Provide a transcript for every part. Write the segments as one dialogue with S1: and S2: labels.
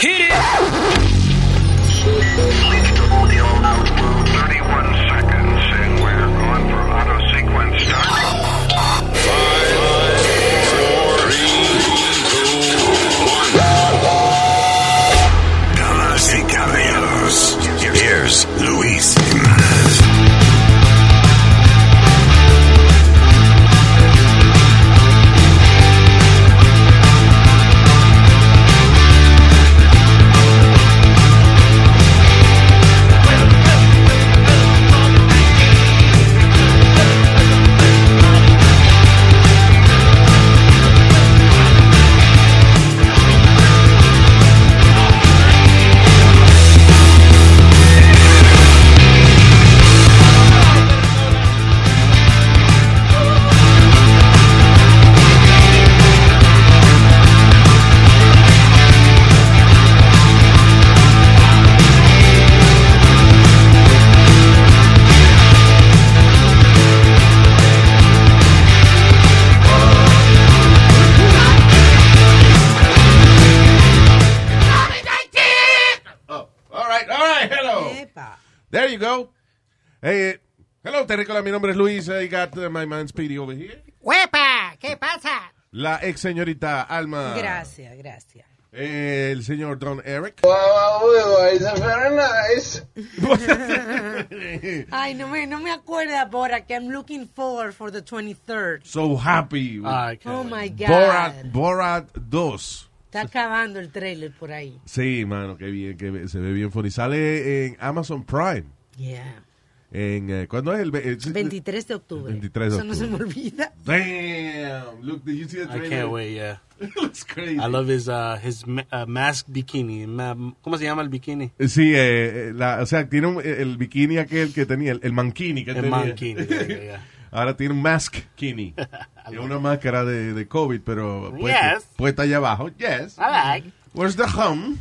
S1: Hit it!
S2: Damas y caballeros, here's Luis
S3: All right, all right, hello.
S4: Epa.
S3: There you go. Hey, hello, Terricola. Mi nombre es Luis. I got uh, my man Speedy over here.
S4: Ah,
S5: ¡Huepa! ¿Qué pasa?
S3: La ex señorita Alma.
S4: Gracias, gracias.
S3: El señor Don Eric.
S4: Ay, no me, no me acuerdo ahora que I'm looking forward for the 23rd.
S3: So happy. with
S6: Ah,
S4: Oh my God.
S3: Borat, Borat 2.
S4: Está acabando el trailer por ahí.
S3: Sí, mano, qué bien, que se ve bien funny. Sale en Amazon Prime.
S4: Yeah.
S3: En, eh, ¿Cuándo es el? ve- el-
S4: 23 de octubre.
S3: 23 de
S4: Eso no se me
S3: octubre.
S4: olvida.
S3: Damn! Look, did you see the
S6: I
S3: trailer?
S6: can't wait, yeah.
S3: It's crazy.
S6: I love his uh, his ma- uh, mask bikini. Ma- ¿Cómo se llama el bikini?
S3: Sí, eh, eh, la, o sea, tiene un- el bikini aquel que tenía, el, el manquini que
S6: El
S3: tenía.
S6: manquini, yeah, yeah, yeah.
S3: Ahora tiene un maskkini. Es una máscara de, de COVID, pero puesta,
S6: Yes.
S3: puesta allá abajo. Yes.
S6: I like.
S3: Where's the hum?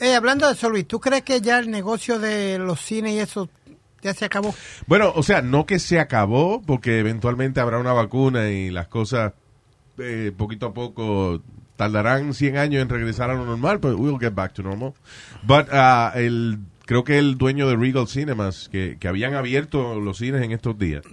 S5: Eh, hablando de eso, Luis, ¿tú crees que ya el negocio de los cines y eso ya se acabó?
S3: Bueno, o sea, no que se acabó, porque eventualmente habrá una vacuna y las cosas eh, poquito a poco tardarán 100 años en regresar a lo normal, pero we'll get back to normal. But ah, el, creo que el dueño de Regal Cinemas, que, que habían abierto los cines en estos días,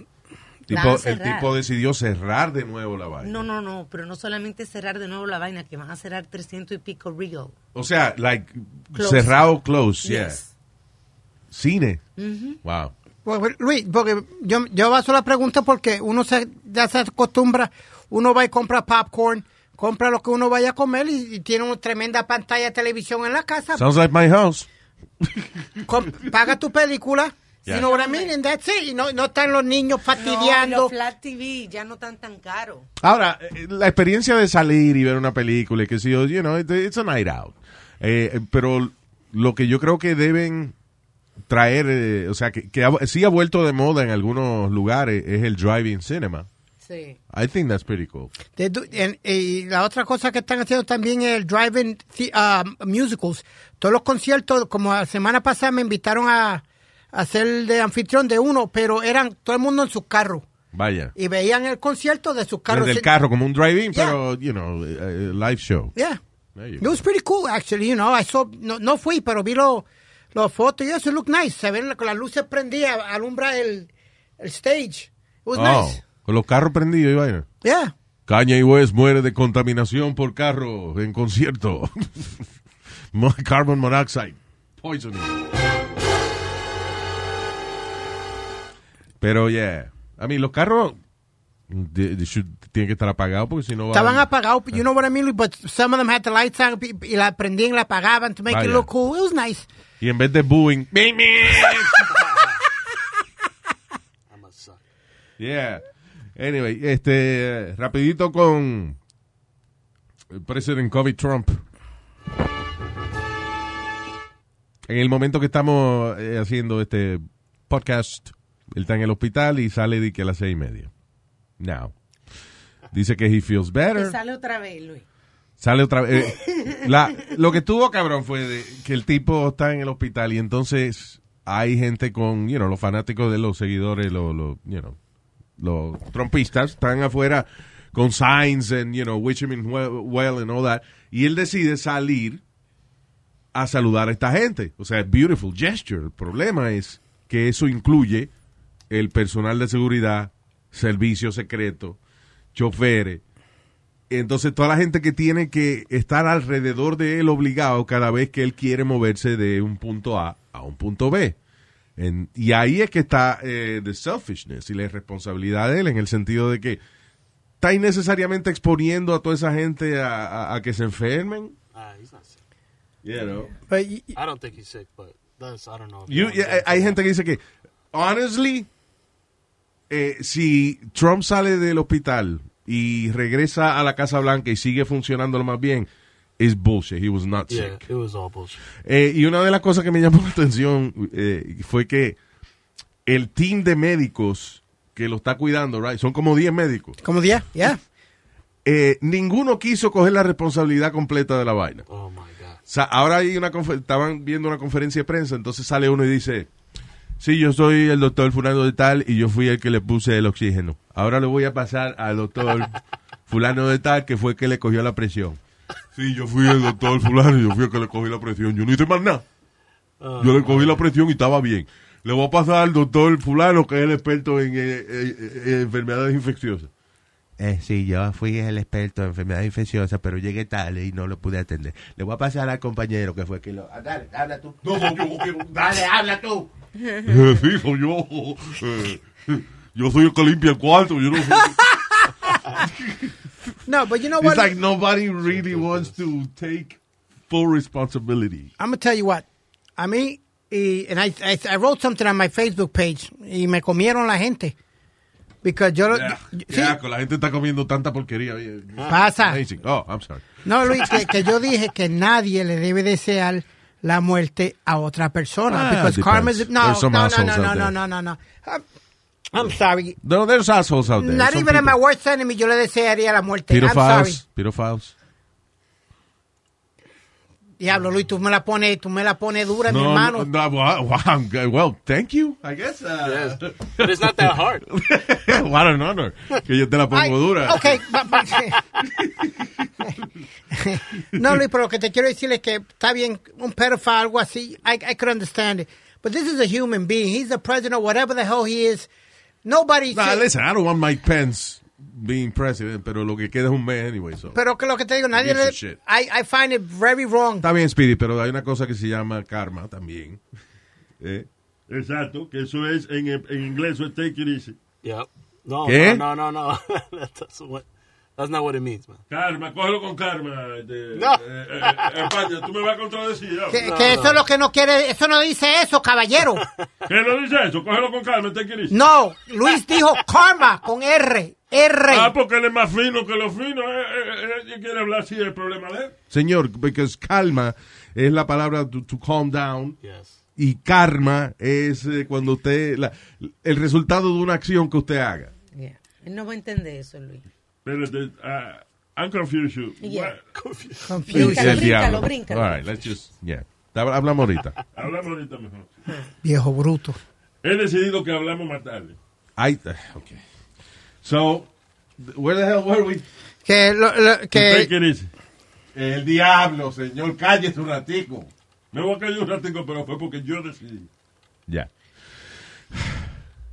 S4: La
S3: tipo-
S4: han
S3: el
S4: cerrado.
S3: tipo decidió cerrar de nuevo la vaina.
S4: No, no, no, pero no solamente cerrar de nuevo la vaina, que van a cerrar 300 y pico Regal.
S3: O sea, like,
S4: Close.
S3: cerrado, close, yeah.
S4: Yes. Mm-hmm.
S3: Cine. Wow.
S5: Pues, pues, Luis, porque yo, yo baso la pregunta porque uno se, ya se acostumbra, uno va y compra popcorn, compra lo que uno vaya a comer y, y tiene una tremenda pantalla de televisión en la casa,
S3: Sounds like my house.
S5: com- paga tu película,
S3: Yeah.
S5: you know what I mean, and that's it, y no, no están los niños
S4: No,
S5: fastidiando.
S4: los Flat TV ya no están tan caros.
S3: Ahora, eh, la experiencia de salir y ver una película y que si yo, you know, it- it's a night out. Eh, pero lo que yo creo que deben traer, eh, o sea, que, que ha- sí ha vuelto de moda en algunos lugares, es el drive-in cinema.
S4: Sí.
S3: I think that's pretty cool.
S5: They do- en- y la otra cosa que están haciendo también es el drive-in thi- ah, musicals. Todos los conciertos, como la semana pasada me invitaron a, a ser de anfitrión de uno, pero eran todo el mundo en sus carros.
S3: Vaya.
S5: Y veían el concierto de sus carros.
S3: Desde el carro, como un drive-in,
S5: Yeah.
S3: pero, you know, eh, eh, live show.
S5: Yeah.
S3: There you
S5: It
S3: go.
S5: was pretty cool, actually, you know. I saw, no, no fui, pero vi los los fotos y eso, it looked nice. Se ven con las luces prendidas, alumbra el, el stage. It was
S3: Oh,
S5: nice.
S3: con los carros prendidos y vaina.
S5: Yeah.
S3: Kanye West muere de contaminación por carro en concierto. Mo- Carbon monoxide. Poisoning. Pero, yeah. A mí, los carros de- de- should- tienen que estar apagados porque si no van-
S5: Estaban apagados, you know what I mean, Luis? but some of them had the lights on y y la prendían y la apagaban to make
S3: Vaya.
S5: it look cool. It was nice.
S3: Y en vez de booing. "Bing, bing".
S6: I'm a sucker.
S3: yeah. Anyway, este. Rapidito con. El presidente COVID Trump. En el momento que estamos eh, haciendo este podcast, él está en el hospital y sale de que a las seis y media. Now. Dice que he feels
S4: Que
S3: better.
S4: sale otra vez, Luis.
S3: Sale otra vez. Eh, la- lo que estuvo cabrón fue de que el tipo está en el hospital y entonces hay gente con, you know, los fanáticos de los seguidores, los, los, you know, los trompistas, están afuera con signs and, you know, wish him in well, well and all that. Y él decide salir a saludar a esta gente. O sea, beautiful gesture. El problema es que eso incluye el personal de seguridad, servicio secreto, choferes. Entonces, toda la gente que tiene que estar alrededor de él obligado cada vez que él quiere moverse de un punto A a un punto B. En- y ahí es que está eh, the selfishness y la irresponsabilidad de él, en el sentido de que está innecesariamente exponiendo a toda esa gente a, a- a que se enfermen.
S6: Ah, he's not sick.
S3: You know.
S5: But y-
S6: I don't think he's sick, but that's I don't know. if
S3: You-
S6: you
S3: yeah,
S6: wanna-
S3: hay gente que dice que, honestly, eh, si Trump sale del hospital y regresa a la Casa Blanca y sigue funcionando lo más bien, es bullshit. He was not
S6: Yeah,
S3: sick.
S6: it was all bullshit.
S3: Eh, y una de las cosas que me llamó la atención eh, fue que el team de médicos que lo está cuidando, right, son como 10 médicos,
S5: como día, ya.
S3: eh, ninguno quiso coger la responsabilidad completa de la vaina.
S6: Oh my god.
S3: O sea, ahora hay una confer- estaban viendo una conferencia de prensa, entonces sale uno y dice, sí, yo soy el doctor fulano de tal y yo fui el que le puse el oxígeno. Ahora le voy a pasar al doctor fulano de tal que fue el que le cogió la presión. Sí, yo fui el doctor fulano y yo fui el que le cogí la presión. Yo no hice más nada. Yo le cogí la presión y estaba bien. Le voy a pasar al doctor fulano que es el experto en eh, eh, eh, enfermedades infecciosas.
S7: Eh, sí, yo fui el experto en enfermedades infecciosas, pero llegué tarde y no lo pude atender. Le voy a pasar al compañero que fue que lo... Ah, Dale, habla tú.
S3: No, soy yo, que-
S7: Dale, habla tú.
S3: Eh, sí, soy yo. Eh, yo soy el que limpia el cuarto. Yo no soy-
S5: No, but you know
S3: It's
S5: what?
S3: like nobody really wants to take full responsibility.
S5: I'm gonna tell you what. A mí, y, and I, I, I wrote something on my Facebook page, y me comieron la gente. Because yo, lo- yo- sí, Ah,
S3: la gente está comiendo tanta porquería. oye.
S5: Pasa.
S3: Amazing. Oh, I'm sorry.
S5: no, Luis, que, que yo dije que nadie le debe desear la muerte a otra persona.
S3: Ah,
S5: because karma is-
S3: depends.
S5: no,
S3: There's some
S5: no, no,
S3: assholes
S5: no,
S3: out
S5: no, no,
S3: there.
S5: no, no, no. I'm, I'm sorry.
S3: No, there's assholes out there.
S5: Not
S3: Some
S5: even a my
S3: people-
S5: worst enemy yo le desearía la muerte. I'm sorry.
S3: Pedophiles. Pedophiles.
S5: Diablo, Luis, tú me la pones, tú me la pones dura, mi
S3: No, no,
S5: hermano.
S3: no, wow, wow, I'm good. well, thank you. I guess. Uh,
S6: But it's not that hard.
S3: what an honor. Que yo te la pongo
S5: Ay,
S3: dura.
S5: ok, va- va- no, Luis, pero lo que te quiero decir es que está bien un pedófilo algo así. I, I could understand it. But this is a human being. He's the president, whatever the hell he is. Nobody.
S3: Nah,
S5: said-
S3: listen, I don't want Mike Pence being president, pero lo que queda es un mes anyway. So.
S5: pero que lo que te digo, nadie
S3: Piece
S5: le.
S3: of shit.
S5: I, I find it very wrong.
S3: Está bien, Speedy, pero hay una cosa que se llama karma también. ¿Eh?
S1: Exacto, que eso es en, en inglés, eso es take it easy.
S6: Yep. No,
S3: ¿Qué?
S6: no, no, no, no. that's what. That's not what it means, man.
S1: Karma, cógelo con karma. este,
S6: No.
S1: eh, eh, eh, España, tú me vas a contradecir. ya.
S5: Que, que eso es lo que no quiere. Eso no dice eso, caballero.
S1: ¿Qué no dice eso? Cógelo con karma, take it easy.
S5: No, Luis dijo karma con R. R.
S1: Ah, porque él es más fino que los finos. eh, eh, eh, él quiere hablar así del problema de él.
S3: Señor, because calma es la palabra to, to calm down
S6: Yes.
S3: y karma es eh, cuando usted, la- el resultado de una acción que usted haga.
S4: Yeah. Él no va a entender eso, Luis.
S1: Pero, te- ah, I'm confused. You.
S4: Yeah.
S1: What-
S3: pues,
S4: Bríncalo,
S3: El
S4: bríncalo,
S3: diablo.
S4: bríncalo.
S3: All right, let's just, yeah. Hab- Hablamos ahorita.
S1: Hablamos ahorita mejor.
S5: Viejo bruto.
S1: He decidido que hablamos más tarde.
S3: I, okay. eh, So, where the hell were we?
S5: Que, lo- lo- que
S1: Take it easy.
S3: El diablo, señor, cállese un ratico.
S1: Me voy a callar un ratico, pero fue porque yo decidí.
S3: Ya.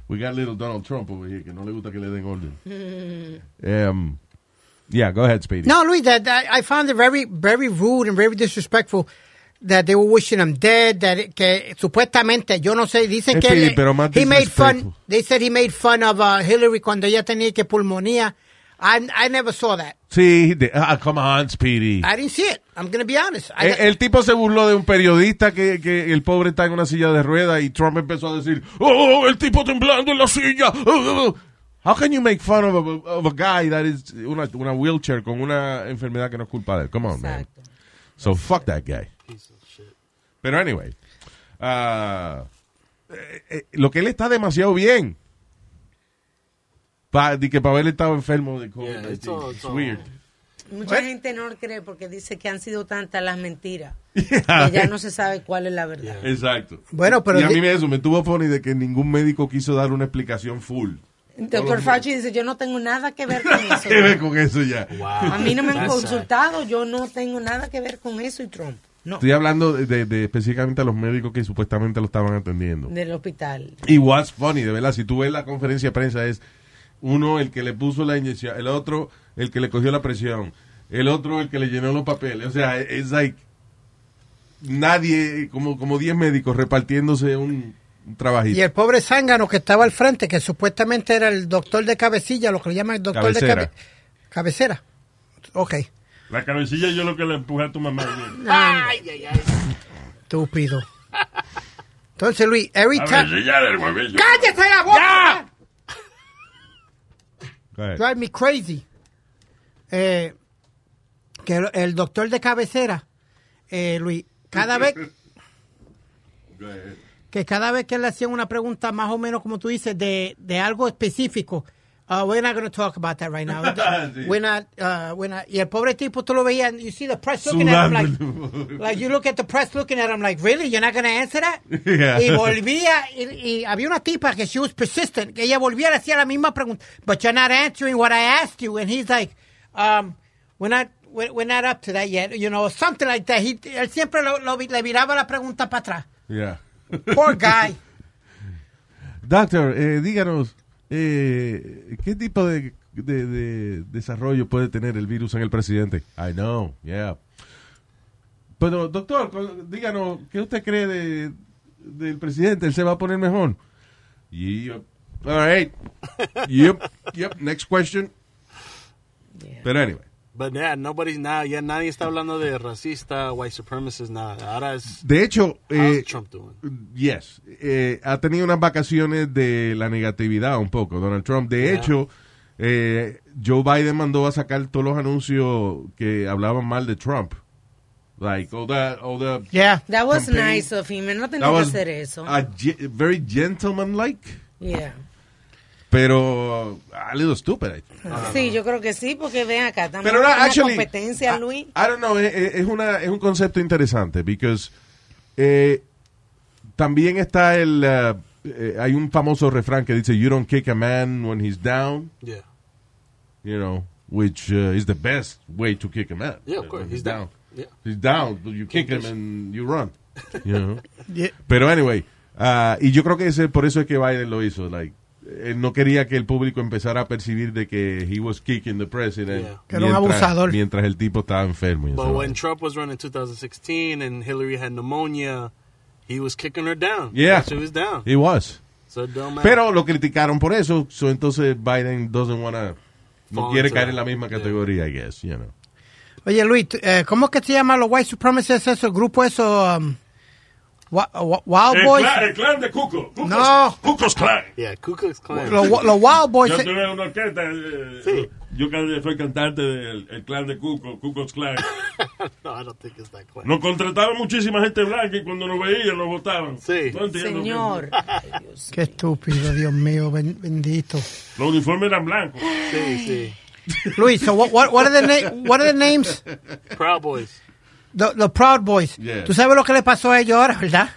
S3: We got little Donald Trump over here que no le gusta que le den orden. Um, yeah, go ahead, Speedy.
S5: No, Luis, that, that- I found it very, very rude and very disrespectful that they were wishing him dead. That it- que supuestamente, yo no sé, dicen
S3: Es
S5: que
S3: Philip,
S5: él-
S3: Eh, pero más
S5: he made
S3: disrespectful.
S5: fun. They said he made fun of uh, Hillary cuando ella tenía que pulmonía. I I never saw that.
S3: Sí, he did. ah, come on, Speedy. Eh,
S5: I didn't see it. I'm gonna be honest. I,
S3: El, el tipo se burló de un periodista que, que el pobre está en una silla de ruedas y Trump empezó a decir, oh, el tipo temblando en la silla. oh, oh". How can you make fun of a, of a guy that is una, una wheelchair con una enfermedad que no es culpa de él? Come on, man.
S4: Exacto.
S3: So fuck that guy.
S6: Piece of shit.
S3: Pero anyway, ah, eh, eh, lo que él está demasiado bien. Pa, di que para haber estado enfermo de COVID.
S6: Yeah, it's all- it's all-
S3: weird.
S4: Mucha gente no lo cree porque dice que han sido tantas las mentiras. que ya no se sabe cuál es la verdad.
S3: Exacto.
S5: Bueno, pero
S3: y a
S5: di-
S3: mí me- eso me tuvo funny de que ningún médico quiso dar una explicación full.
S4: Doctor Fauci dice, yo no tengo nada que ver con eso.
S3: ¿Qué ver con eso ya?
S4: A mí no me han consultado, yo no tengo nada que ver con eso y Trump. No,
S3: Estoy hablando de, de- de específicamente a los médicos que supuestamente lo estaban atendiendo.
S4: del hospital.
S3: Y what's funny, de verdad, si tú ves la conferencia de prensa es uno el que le puso la inyección, el otro el que le cogió la presión, el otro el que le llenó los papeles. O sea, es like nadie, como como 10 médicos repartiéndose un, un trabajito.
S5: Y el pobre zángano que estaba al frente, que supuestamente era el doctor de cabecilla, lo que le llaman el doctor de
S3: Cabecera.
S5: cabe- cabecera. Ok,
S1: La cabecilla yo lo que le empujé a tu mamá. ayer.
S5: estúpido. Entonces, Luis, every
S1: La
S5: time...
S1: cabecilla del huevillo.
S5: ¡Cállate la boca!
S3: Go ahead.
S5: Drive me crazy. Eh, que el, el doctor de cabecera, eh, Luis, cada vez...
S3: Go ahead.
S5: que cada vez que le hacían una pregunta más o menos como tú dices de, de algo específico uh, we're not going to talk about that right now
S3: Sí.
S5: we're not, uh, we're not- y el pobre tipo tú lo veías you see the press looking at him
S3: Sudando.
S5: like, like you look at the press looking at him like really you're not going to answer that
S3: Yeah.
S5: y volvía y, y había una tipa que she was persistent que ella volvía le hacía la misma pregunta but you're not answering what I asked you and he's like um, we're not we're, we're not up to that yet you know something like that He- él siempre lo, lo vi- le viraba la pregunta para atrás
S3: Yeah.
S5: Poor guy.
S3: Doctor, eh, díganos, eh, ¿qué tipo de, de- de desarrollo puede tener el virus en el presidente? I know, yeah. Pero, doctor, cu- díganos, ¿qué usted cree de, del presidente? ¿Él se va a poner mejor? Yep. All right. Yep, yep. Next question. Pero anyway.
S6: But yeah, nobody's now. Yeah, nadie está hablando de racista, white supremacist, nada. Ahora es
S3: De hecho,
S6: how's
S3: eh,
S6: Trump doing.
S3: Yes. Eh, ha tenido unas vacaciones de la negatividad un poco, Donald Trump. De
S6: Yeah.
S3: hecho, eh, Joe Biden mandó a sacar todos los anuncios que hablaban mal de Trump. Like, all that, all that
S5: Yeah.
S4: That was
S3: campaign.
S4: nice of him. él No tenía
S3: That
S4: que
S3: was
S4: hacer eso.
S3: a ge- very gentleman-like,
S4: Yeah.
S3: pero a little stupid, I think.
S4: Sí, yo creo que sí, porque ven acá, también
S3: Ah, Pero no,
S4: hay una
S3: actually, ah,
S4: competencia,
S3: I-
S4: Luis.
S3: I, don't know, es, es- es una, es un concepto interesante, because eh, también está el, uh, eh, hay un famoso refrán que dice, you don't kick a man when he's down,
S6: Yeah.
S3: you know, which uh, is the best way to kick a man.
S6: Yeah, of course.
S3: When
S6: He's down. Yeah.
S3: He's down, but you kick him and you run, you know.
S5: Yeah.
S3: Pero anyway, ah, y yo creo que ese, por eso es que Biden lo hizo, like, él no quería que el público empezara a percibir de que he was kicking the president.
S6: Yeah.
S5: Que era un abusador.
S3: Mientras el tipo estaba enfermo. y esa
S6: But when
S3: vaina.
S6: Trump was running in 2016 and Hillary had pneumonia, he was kicking her down.
S3: Yeah.
S6: She was down.
S3: He was.
S6: So it don't matter.
S3: Pero lo criticaron por eso, so entonces Biden doesn't wanna, no
S6: Fall
S3: quiere
S6: into
S3: caer
S6: that.
S3: en la misma
S6: Yeah.
S3: categoría, I guess, you know.
S5: Oye, Luis, tú- eh, ¿cómo es que se llaman los white supremacists esos grupos, esos um, wa- wa- Wild
S8: Eh,
S1: El,
S5: Boys?
S1: clan, el clan de Cuco. Cuco's-
S5: Oh, No.
S1: Cuco's Clan.
S6: yeah, Ku Klux Klan.
S5: Los, wa- los Wild Boys.
S1: Yo
S5: eh,
S1: tuve una orquesta. eh,
S6: Sí.
S1: Yo can- soy cantante del el clan de Cuco, Cuco's Clan.
S6: no, I don't think it's that Klan.
S1: Nos contrataban muchísima gente blanca y cuando nos veían nos votaban.
S6: Sí.
S1: No entiendo que-
S4: Señor. Ay, Dios.
S5: Qué estúpido, Dios mío, ben- bendito.
S1: Los uniformes eran blancos.
S6: Sí, sí.
S5: Luis, so what, what, what are the na- what are the names?
S6: Proud Boys.
S5: The- Los Proud Boys.
S3: Yeah.
S5: Tú sabes lo que le pasó a ellos ahora, ¿verdad?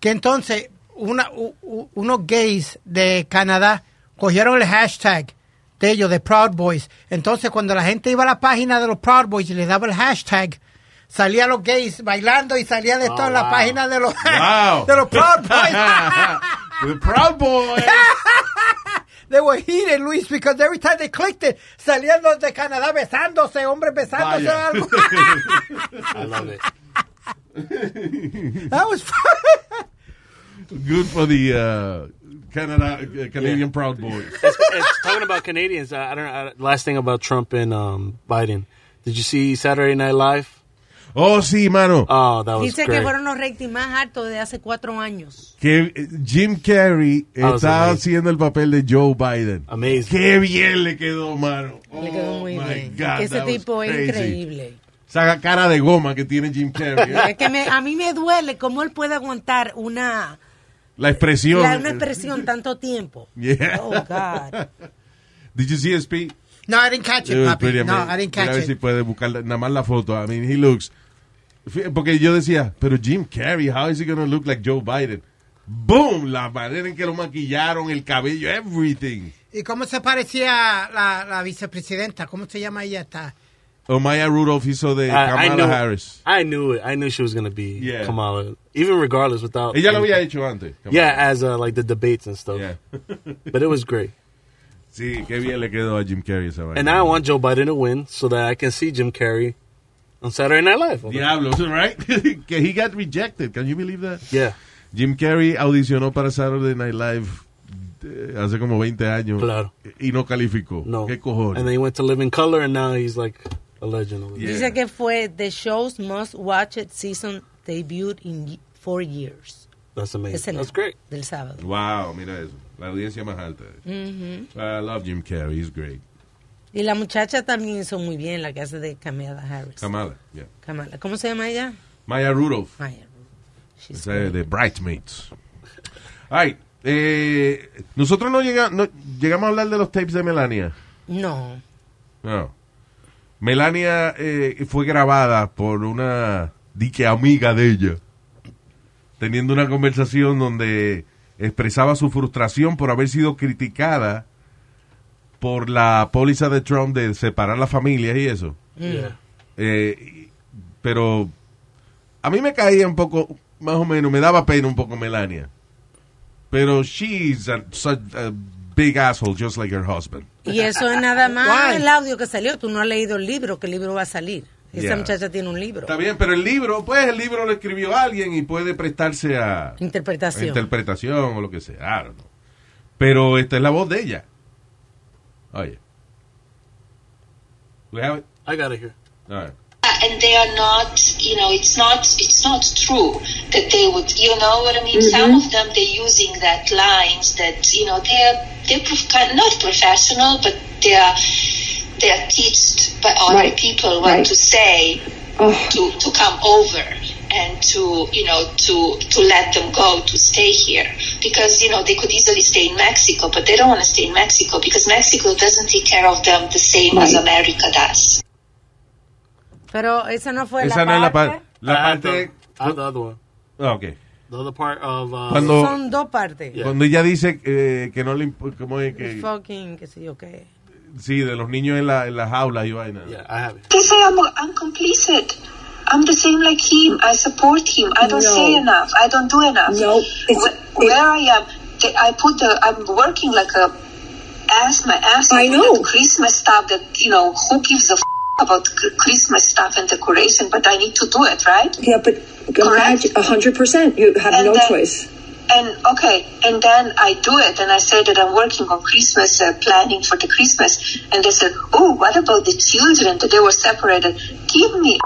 S5: Que entonces una, u- u- unos gays de Canadá cogieron el hashtag de ellos, de Proud Boys. Entonces cuando la gente iba a la página de los Proud Boys y le daba el hashtag, salían los gays bailando y salía de
S6: Oh,
S5: toda la
S6: wow.
S5: página de los,
S3: Wow.
S5: de los Proud Boys.
S3: The Proud Boys.
S5: They were heated, Luis, because every time they clicked it, salían los de Canadá besándose, hombres besándose.
S3: Vaya.
S5: algo.
S6: I love it.
S5: That was fun.
S3: Good for the uh, Canada, uh, Canadian
S6: Yeah.
S3: Proud Boys.
S6: it's talking about Canadians. I, I don't. I, last thing about Trump and um, Biden. Did you see Saturday Night Live?
S3: Oh, sí, mano.
S6: Oh, that was
S4: Dice
S6: great.
S4: que fueron los ratings más altos de hace cuatro años.
S3: que eh, Jim Carrey
S6: Ah,
S3: está
S6: sí.
S3: haciendo el papel de Joe Biden.
S6: Amazing.
S3: Qué bien le quedó, mano.
S4: Le quedó
S3: Oh,
S4: muy
S3: my
S4: bien.
S3: God,
S4: Ese
S3: that was
S4: tipo es
S3: crazy.
S4: increíble.
S3: Esa cara de goma que tiene Jim Carrey. ¿eh?
S4: Es que me- a mí me duele cómo él puede aguantar una,
S3: La expresión.
S4: la- una expresión tanto tiempo.
S3: Yeah.
S4: Oh, God.
S3: Did you see his speech?
S5: No, I didn't catch it,
S3: It was pretty
S5: papi. No,
S3: amazing.
S5: I didn't
S3: Mira a ver
S5: catch
S3: si
S5: it.
S3: puede buscar la- nada más la foto. I mean, he looks. Fí- Porque yo decía, pero Jim Carrey, how is he going to look like Joe Biden? Boom, la manera en que lo maquillaron, el cabello, everything.
S5: ¿Y cómo se parecía la, la vicepresidenta? ¿Cómo se llama ella? Está.
S3: O Maya Rudolph hizo de
S6: I, Ah, I
S3: Kamala
S6: knew,
S3: Harris.
S6: I knew it. I knew she was gonna be
S3: Yeah.
S6: Kamala, even regardless without.
S3: Ella lo había hecho antes. Kamala.
S6: Yeah, as uh, like the debates and stuff.
S3: Yeah.
S6: But it was great,
S3: Sí, qué bien le quedó a Jim Carrey esa vaina.
S6: and I want Joe Biden to win so that I can see Jim Carrey on Saturday Night Live.
S3: Diablos, right? que he got rejected. Can you believe that?
S6: Yeah,
S3: Jim Carrey audicionó para Saturday Night Live eh, hace como 20 años
S6: Claro.
S3: y no calificó.
S6: no.
S3: ¿Qué
S6: And then
S3: cojones?
S6: he went to Live in Color, and now he's like a legend. Over there.
S3: Yeah.
S4: Dice que fue The Show's Most Watched Season debuted in y- four years.
S6: That's
S4: Es
S6: amazing.
S4: el
S6: That's great.
S4: del sábado.
S3: Wow, mira eso. La audiencia más alta. I love Jim Carrey. He's great.
S4: Y la muchacha también hizo muy bien, la que hace de Kamala Harris.
S3: Kamala. yeah.
S4: Kamala. ¿Cómo se llama ella?
S3: Maya Rudolph.
S4: Maya. She's
S3: Esa es de Bridesmaids. All right. eh, nosotros no, llega- no llegamos a hablar de los tapes de Melania.
S4: No.
S3: No. Melania eh, fue grabada por una dique amiga de ella, teniendo una conversación donde expresaba su frustración por haber sido criticada por la póliza de Trump de separar las familias y eso.
S6: Yeah.
S3: Eh, y- pero a mí me caía un poco, más o menos, me daba pena un poco Melania. Pero she's a, such a big asshole, just like her husband.
S4: Y eso es nada más
S5: Why?
S4: el audio que salió. Tú no has leído el libro. ¿Qué libro va a salir? Esa
S3: Yeah.
S4: muchacha tiene un libro.
S3: Está bien, pero el libro, pues el libro lo escribió alguien y puede prestarse a a
S4: Interpretación.
S3: interpretación o lo que sea. I don't know. Pero esta es la voz de ella. Oye. We have it?
S6: I got it here.
S3: All right.
S8: and they are not you know it's not it's not true that they would you know what i mean some of them they're using that lines that you know they're they're prof- kind- not professional but they're they're taught by other
S9: Right.
S8: people what
S9: Right. Oh.
S8: to say to to come over and to you know to to let them go to stay here because you know they could easily stay in mexico but they don't want to stay in mexico because mexico doesn't take care of them the same as
S9: Right.
S8: america does
S4: Pero esa no fue
S3: Esa
S4: Pues la
S3: no es la
S4: parte.
S3: parte. La
S6: I have
S3: parte.
S6: the, I have the other one.
S3: Ah, ok.
S6: The other part of uh,
S3: Cuando-
S4: Son dos partes.
S6: Yeah.
S3: Cuando ella dice eh, que no le imp- ¿cómo es que?
S4: Fucking, qué sé yo qué.
S3: Sí, de los niños en la, en la jaula y vaina.
S6: yeah, I have it.
S8: They say I'm, I'm complicit. I'm the same like him. I support him. I don't
S9: No.
S8: say enough. I don't do enough.
S9: No, it's-
S8: Wh- where I am, th- I put the. I'm working like a ass my ass.
S9: I
S8: off with
S9: know.
S8: that Christmas stuff. That you know, who gives a f- about c- Christmas stuff and decoration? But I need to do it, right?
S9: Yeah, but imagine a hundred percent. You have
S8: And
S9: no
S8: then-
S9: choice.
S8: And okay, and then I do it, and I say that I'm working on Christmas, uh, planning for the Christmas, and they said, "Oh, what about the children that they were separated? Give me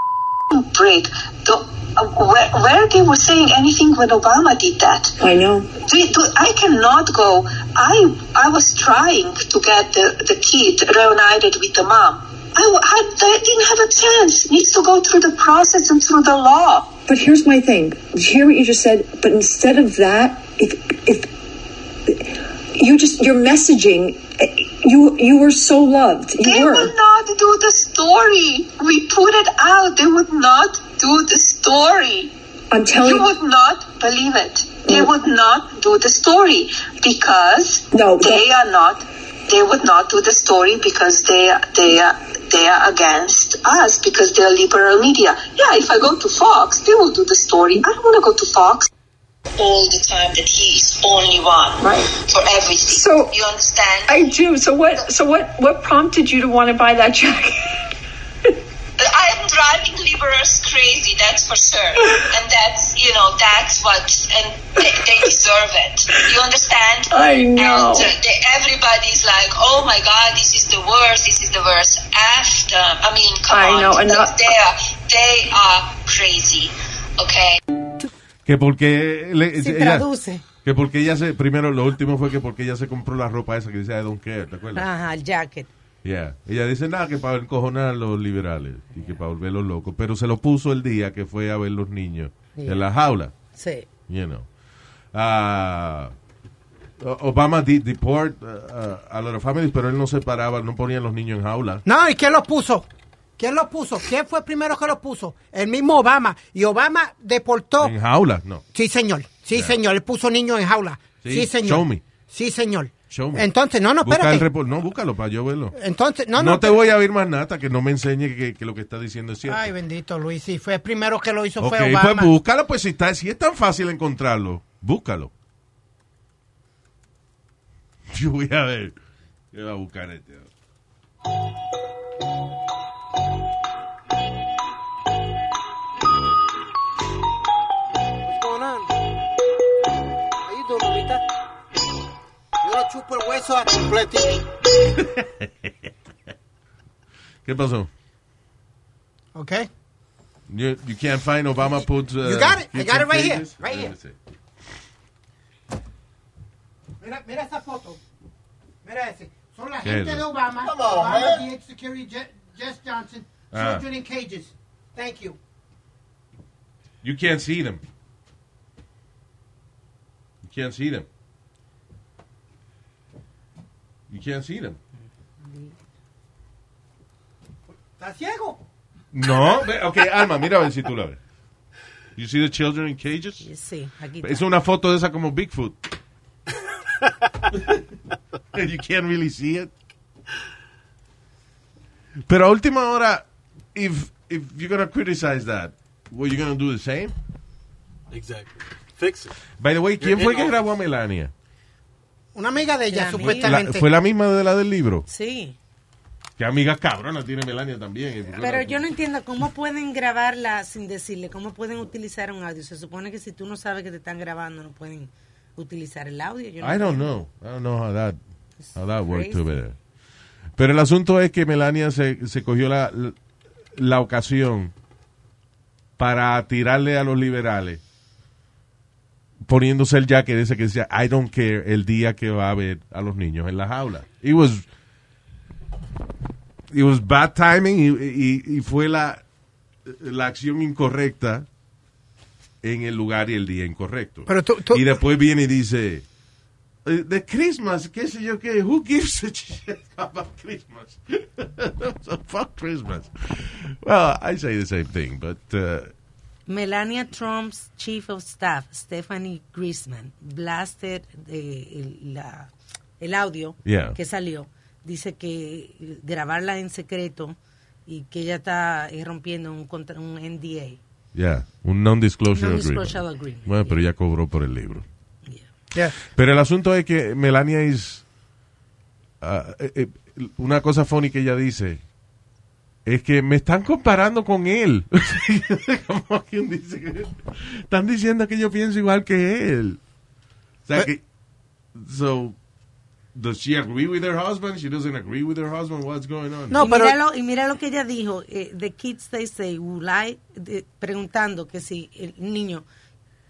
S8: a break." The, uh, where, where they were saying anything when Obama did that?
S9: I know.
S8: Do, do, I cannot go. I I was trying to get the, the kid reunited with the mom. I, w- I, I didn't have a chance. Needs to go through the process and through the law.
S9: But here's my thing. Hear what you just said. But instead of that, if if you just your messaging, you you were so loved. You
S8: They
S9: were.
S8: will not do the story. We put it out. They would not do the story.
S9: I'm telling
S8: You
S9: you.
S8: would not believe it. They would not do the story because
S9: No,
S8: they
S9: don't-
S8: are not. They would not do the story because they are- they are they are against us because they are liberal media. Yeah, if I go to Fox, they will do the story. I don't want to go to Fox. All the time that he is only one
S9: Right.
S8: for everything.
S9: So-
S8: you understand?
S9: I do. So what? So what? What prompted you to want to buy that jacket?
S8: I'm driving liberals crazy, that's for sure. And that's, you know, that's what, and they, they deserve it. You understand?
S9: I know.
S8: And uh, they, everybody's like, oh my God, this is the worst, this is the worst. After, I mean, come
S9: I
S8: on.
S9: know, and
S8: They-
S9: not-
S8: they, are, they are crazy, okay?
S3: Que porque le-
S4: Si
S3: ella-
S4: traduce.
S3: que porque ella se primero lo último fue que porque ella se compró la ropa esa que dice I don't care, ¿te acuerdas?
S4: Ajá, el jacket.
S3: Yeah. Ella dice nada que para encojonar a los liberales y que para volverlos locos, pero se lo puso el día que fue a ver los niños en la jaula,
S4: Sí.
S3: you know. Ah, O- Obama did deport uh, uh, a lot of families, pero él no separaba, no ponía a los niños en jaula.
S5: No, ¿y quién los puso? ¿Quién los puso? ¿Quién fue el primero que los puso? El mismo Obama. Y Obama deportó.
S3: En jaula, no.
S5: Sí, señor. Sí, señor. Él puso niños en jaula.
S3: Sí,
S5: Sí, señor.
S3: show me.
S5: Sí, señor.
S3: Show me.
S5: Entonces, no, no,
S3: Busca el
S5: espérate.
S3: repo- no, búscalo para yo verlo.
S5: Entonces, no,
S3: No,
S5: no.
S3: te voy a oír más nada hasta que no me enseñe que, que lo que está diciendo es cierto.
S5: Ay, bendito Luis, sí, fue el primero que lo hizo
S3: ok,
S5: fue
S3: pues
S5: Obama.
S3: búscalo, pues si, está, si es tan fácil encontrarlo, búscalo. Yo voy a ver. Yo voy a buscar este.
S10: What's going on? How you doing, mamita? Yo le chupo el hueso a completín.
S3: ¿Qué pasó?
S5: Ok.
S3: You, you can't find Obama put. uh,
S5: You got it. I
S3: YouTube
S5: got it right
S3: pages?
S5: here. Right here.
S3: Let me see.
S5: Mira, mira esa foto. Mira ese. Son la
S3: ¿Qué
S5: gente
S3: es?
S5: de Obama.
S10: Come on,
S5: Obama,
S10: man.
S5: DX Security, Je- Jess Johnson.
S3: Ah.
S5: Children in cages. Thank you.
S3: You can't see them. You can't see them. You can't see them.
S5: ¿Estás ciego?
S3: No. ve- Ok, Alma, mira a ver si tú la ves. You see the children in cages?
S4: Sí, aquí está.
S3: Es una foto de esa como Bigfoot. you can't really see it. Pero a última hora, if, if you're going to criticize that, what, you going to do the same?
S6: Exactly. Fix it.
S3: By the way, ¿quién fue
S6: You're in
S3: que
S6: office.
S3: grabó a Melania?
S5: Una amiga de ella,
S4: La
S5: supuestamente.
S3: La- ¿Fue la misma de la del libro?
S4: Sí.
S3: Qué amiga cabrona tiene Melania también. ¿eh?
S4: Pero yo no entiendo cómo pueden grabarla sin decirle, cómo pueden utilizar un audio. Se supone que si tú no sabes que te están grabando, no pueden utilizar el audio. Yo no
S3: I don't know. I don't know how that, how that worked
S4: Crazy.
S3: over there. Pero el asunto es que Melania se, se cogió la, la, ocasión para tirarle a los liberales poniéndose el jacket ese que decía I don't care el día que va a ver a los niños en la jaula. It was, it was bad timing y, y- y fue la, la acción incorrecta en el lugar y el día incorrecto.
S5: Pero tú- tú-
S3: Y después viene y dice eh, de Christmas, qué sé yo qué, who gives a shit about Christmas? so fuck Christmas. Well, I say the same thing, but uh,
S4: Melania Trump's chief of staff, Stephanie Grisman, blasted eh, el, la- el audio
S3: Yeah.
S4: que salió. Dice que eh, grabarla en secreto y que ella está eh, rompiendo un, contra- un NDA.
S3: yeah, un non-disclosure
S4: Non-disclosure
S3: agreement.
S4: agreement,
S3: Bueno, pero ya cobró por el libro.
S5: Yeah.
S3: Pero el asunto es que Melania es eh, una cosa funny que ella dice es que me están comparando con él. Como quien dice que- están diciendo que yo pienso igual que él. O sea que so does she agree with her husband? She doesn't agree with her husband. What's going on?
S5: No,
S4: y,
S5: pero-
S4: mira lo, y mira lo que ella dijo, eh, The Kids They Say, will I- de- preguntando que si el niño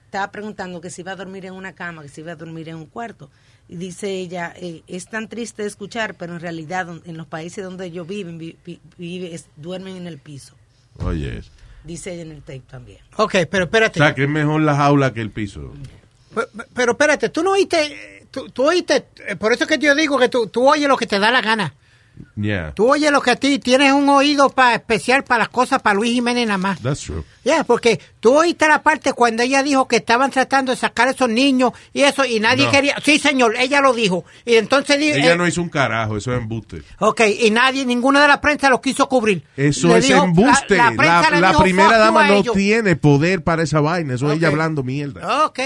S4: estaba preguntando que si iba a dormir en una cama, que si iba a dormir en un cuarto. Y dice ella, eh, es tan triste escuchar, pero en realidad don- en los países donde yo viven, vi- vi- vive, es- duermen en el piso.
S3: Oye. eso.
S4: Dice ella en el tape también.
S5: Ok, pero
S3: O
S5: espérate.
S3: sea que es mejor la jaula que el piso.
S5: Pe- pe- Pero espérate, tú no oíste, eh, tú, tú oíste, eh, por eso es que yo digo que tú, tú oyes lo que te da la gana.
S3: Yeah.
S5: Tú oyes lo que a ti, tienes un oído pa- especial para las cosas, para Luis Jiménez nada más.
S3: That's true.
S5: Yeah, porque tú oíste la parte cuando ella dijo que estaban tratando de sacar a esos niños y eso, y nadie
S3: No.
S5: quería. Sí, señor, ella lo dijo. Y entonces dijo.
S3: Ella no hizo un carajo, eso es embuste.
S5: Ok, y nadie, ninguna de la prensa lo quiso cubrir.
S3: Eso
S5: Le
S3: es
S5: dijo-
S3: embuste. La,
S5: prensa le
S3: la
S5: dijo,
S3: primera
S5: "Fuck you"
S3: dama
S5: a
S3: no
S5: ellos.
S3: tiene poder para esa vaina. Eso es ella
S5: Ok. Ah.
S3: hablando mierda.
S5: Ok.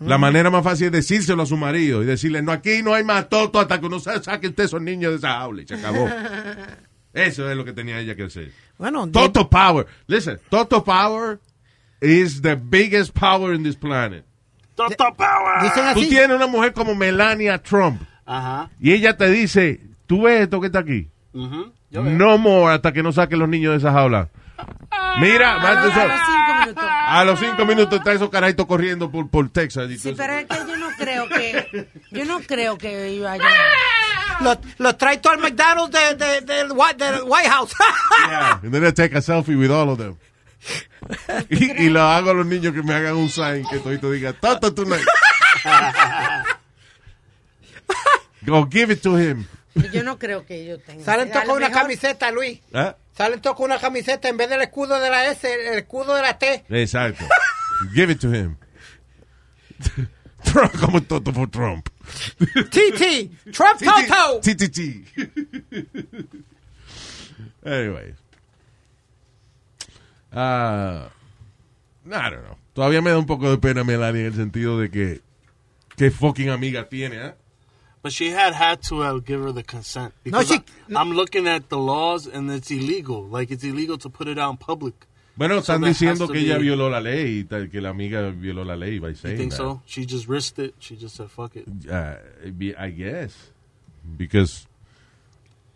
S3: La manera más fácil es decírselo a su marido y decirle, no, aquí no hay más toto hasta que no sa- saque usted esos niños de esa jaula. Y se acabó. Eso es lo que tenía ella que hacer.
S5: Bueno, de-
S3: Toto power. Listen, Toto power is the biggest power in this planet.
S6: Doctor Power.
S5: dicen
S3: Tú
S5: así.
S3: tienes una mujer como Melania Trump
S6: Ajá.
S3: y ella te dice, tú ves esto que está aquí.
S6: Ujú. Mm-hmm. Yo veo.
S3: No more hasta que no saquen los niños de esa jaula.
S6: Ah,
S3: Mira, mate
S4: A los
S3: eso.
S4: cinco minutos.
S3: A los cinco minutos está esos carajitos corriendo por, por Texas. y
S4: Sí,
S3: todo
S4: pero
S3: eso.
S4: es que yo no creo que, yo no creo que ellos hayan...
S5: Los lo trae todo al McDonald's de- de- del Whi- del White House.
S3: Yeah. And then I take a selfie with all of them. y, y lo hago a los niños que me hagan un sign que todito diga, Toto tonight. Go give it to him.
S4: Yo no creo que ellos tengan...
S5: Salen
S4: A
S5: todos
S4: lo
S5: con una
S4: mejor-
S5: camiseta, Luis.
S3: ¿Eh?
S5: Salen todos con una camiseta en vez del escudo de la S, el escudo de la T.
S3: Exacto. give it to him. Trump, como Toto por Trump.
S5: TT, Trump Toto.
S3: TTT. anyway. Ah, no, I don't know. Todavía me da un poco de pena Melania en el sentido de que qué fucking amiga tiene, ¿eh?
S6: But she had had to have give her the consent.
S5: No,
S6: Because
S5: she-
S6: I, am looking at the laws and it's illegal. Like it's illegal to put it out in public.
S3: Bueno,
S6: So
S3: están
S6: there has
S3: diciendo
S6: to
S3: que
S6: be-
S3: ella violó la ley y tal, que la amiga violó la ley by
S6: You
S3: saying
S6: think
S3: that.
S6: so? She just risked it. She just said, "Fuck it."
S3: Uh, be- I guess. Because,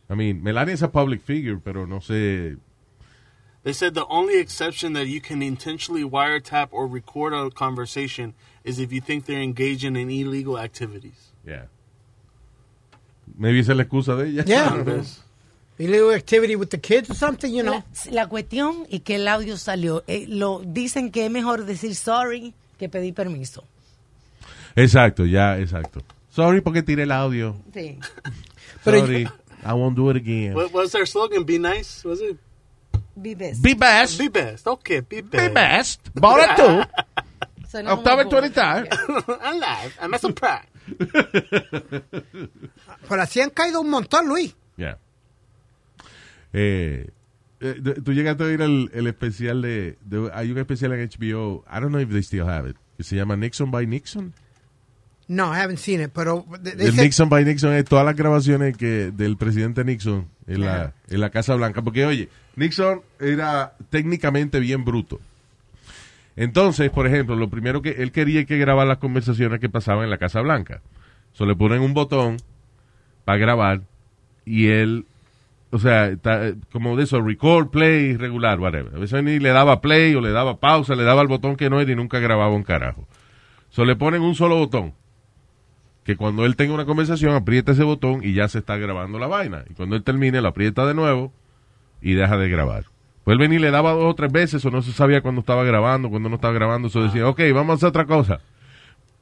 S3: I mean, Melania is a public figure, pero no sé.
S6: They said the only exception that you can intentionally wiretap or record a conversation is if you think they're engaging in illegal activities.
S3: Yeah. Maybe esa es la excusa de ella.
S5: Yeah.
S3: I don't know.
S5: Illegal activity with the kids or something, you know.
S4: La, la cuestión es que el audio salió. Eh, lo Dicen que es mejor decir sorry que pedir permiso.
S3: Exacto, ya, exacto. Sorry porque tiré el audio.
S4: Sí.
S5: Pero
S3: Sorry. I won't do it again.
S6: What was their slogan? Be nice. Was it?
S4: Vives.
S3: Be best.
S6: Be best. Okay, be best.
S3: best. Bora tú.
S4: Suena como
S3: October
S4: un-
S3: 23.
S6: I'm live. I'm a surprise.
S5: Pero así han caído un montón, Luis.
S3: Yeah. Eh, eh, tú- tú llegaste a oír el, el especial de, de- Hay un especial en HBO. I don't know if they still have it. Que se llama Nixon by Nixon.
S5: No, I haven't seen it, pero they- they
S3: El
S5: said-
S3: Nixon by Nixon es todas las grabaciones que del presidente Nixon en la, en la Casa Blanca. Porque, oye, Nixon era técnicamente bien bruto. Entonces, por ejemplo, lo primero que él quería que grabar las conversaciones que pasaban en la Casa Blanca. So, le ponen un botón para grabar y él, o sea, está, eh, como de eso, record, play, regular, whatever. A veces ni le daba play o le daba pausa, le daba el botón que no era y nunca grababa un carajo. So, le ponen un solo botón que cuando él tenga una conversación aprieta ese botón y ya se está grabando la vaina. Y cuando él termine, lo aprieta de nuevo y deja de grabar. Pues él venía y le daba dos o tres veces o no se sabía cuándo estaba grabando, cuándo no estaba grabando. Eso decía, ok, vamos a hacer otra cosa.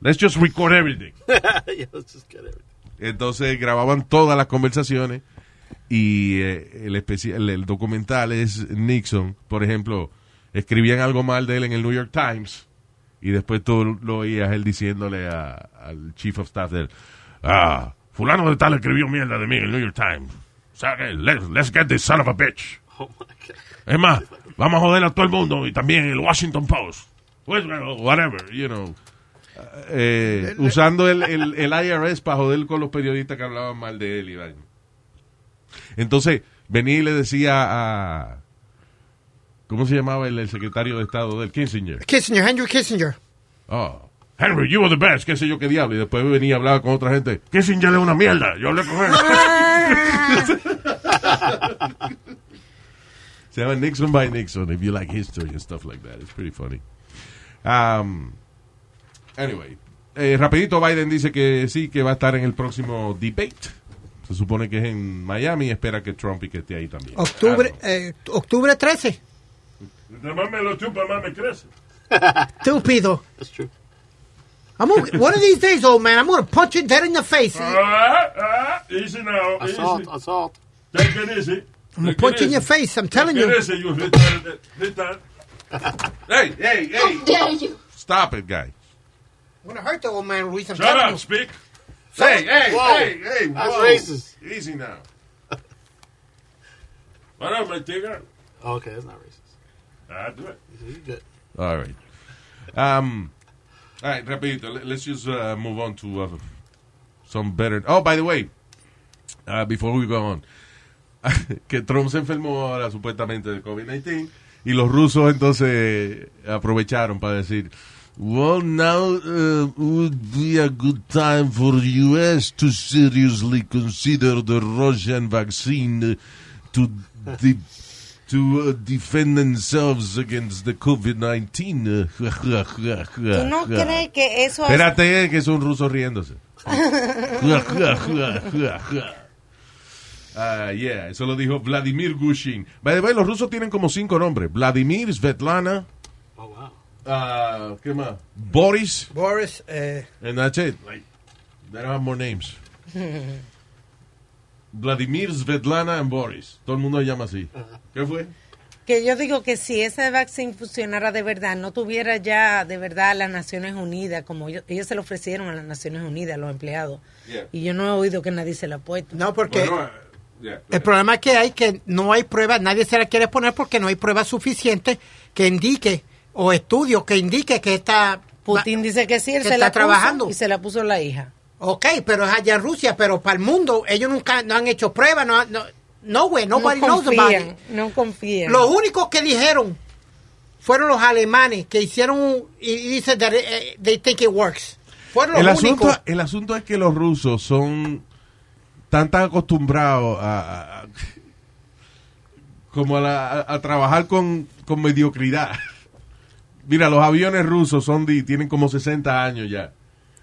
S3: Let's just record everything.
S6: yeah, let's just get everything.
S3: Entonces grababan todas las conversaciones y eh, el, especi- el, el documental es Nixon, por ejemplo, escribían algo mal de él en el New York Times y después tú lo oías él diciéndole a- al chief of staff de él, ah, fulano de tal escribió mierda de mí en el New York Times. Saca él, Let's, let's get this son of a bitch.
S6: Oh my god.
S3: Es más, vamos a joder a todo el mundo y también el Washington Post. Pues, bueno, Whatever, you know. Eh, usando el, el- el IRS para joder con los periodistas que hablaban mal de él y vaina. Entonces, venía y le decía a... ¿Cómo se llamaba el, el secretario de Estado del Kissinger?
S5: Kissinger, Henry Kissinger.
S3: Oh, Henry, you were the best, qué sé yo, qué diablo. Y después venía y hablaba con otra gente. Kissinger es una mierda, yo hablé con él. Se llama Nixon by Nixon, if you like history and stuff like that. It's pretty funny. Um, anyway, eh, rapidito Biden dice que sí, que va a estar en el próximo debate. Se supone que es en Miami, espera que Trump y que esté ahí también.
S5: Octubre,
S3: Ah,
S5: eh, octubre 13.
S1: Entre más me lo chupa, más me crece.
S5: Estúpido.
S6: That's true.
S5: I'm gonna, one of these days, old man, I'm going to punch you dead in the face. I'm
S1: Ah, ah, easy now, easy.
S6: Assault, assault.
S1: Take it easy.
S5: going to punch you in your face. I'm telling
S1: Take it
S5: you.
S1: easy, you retarded. retard.
S3: no. Hey, hey, hey,
S8: dare you?
S3: stop it, guy.
S5: I'm going to hurt the old man, Luis. I'm
S1: Shut
S5: telling
S1: up,
S5: you.
S1: speak.
S3: Hey, hey,
S6: Whoa.
S3: hey, hey,
S6: That's
S3: whoa.
S6: racist.
S3: Easy now.
S1: What up, my tigger?
S6: Oh, okay, that's not racist.
S1: Ah, do it.
S6: You good.
S3: All right. Um, all right, rapidito. Let- Let's just uh, move on to uh, some better. Oh, by the way, uh, before we go on, que Trump se enfermó ahora supuestamente de COVID-19 y los rusos entonces aprovecharon para decir. Well, now uh, would be a good time for U.S. to seriously consider the Russian vaccine to de- to uh, defend themselves against the COVID-19.
S4: ¿Tú no crees que eso es-
S3: Espérate, que es un ruso riéndose. Ah, yeah, eso lo dijo Vladimir Gushin. By the way, los rusos tienen como cinco nombres. Vladimir, Svetlana,
S6: Oh wow.
S3: ah, ¿qué más? Boris,
S5: Boris, eh,
S3: and that's it. Like, they don't have more names. Vladimir, Svetlana, and Boris. Todo el mundo se llama así. ¿Qué fue?
S4: que yo digo que si esa vaccine funcionara de verdad, no tuviera ya de verdad a las Naciones Unidas, como ellos, ellos se lo ofrecieron a las Naciones Unidas, a los empleados.
S1: Yeah.
S4: Y yo no he oído que nadie se la ha puesto.
S5: No, porque
S1: Bueno, eh, yeah.
S5: el problema que hay que no hay pruebas, nadie se la quiere poner porque no hay pruebas suficientes que indique o estudios que indique que está
S4: Putin dice que sí, él
S5: que
S4: se la
S5: está
S4: puso
S5: trabajando.
S4: y se la puso la hija.
S5: Ok, pero es allá en Rusia, pero para el mundo ellos nunca no han hecho pruebas, no han- no no güey, nobody
S4: no
S5: knows about
S4: confían,
S5: it.
S4: no confían.
S5: Los únicos que dijeron fueron los alemanes que hicieron un- y y dice that it- eh, they think it works. Fueron los
S3: El asunto,
S5: únicos.
S3: el asunto es que los rusos son tan tan acostumbrados a, a- a- como a, la- a- a trabajar con, con mediocridad. Mira, los aviones rusos son de- tienen como 60 años ya.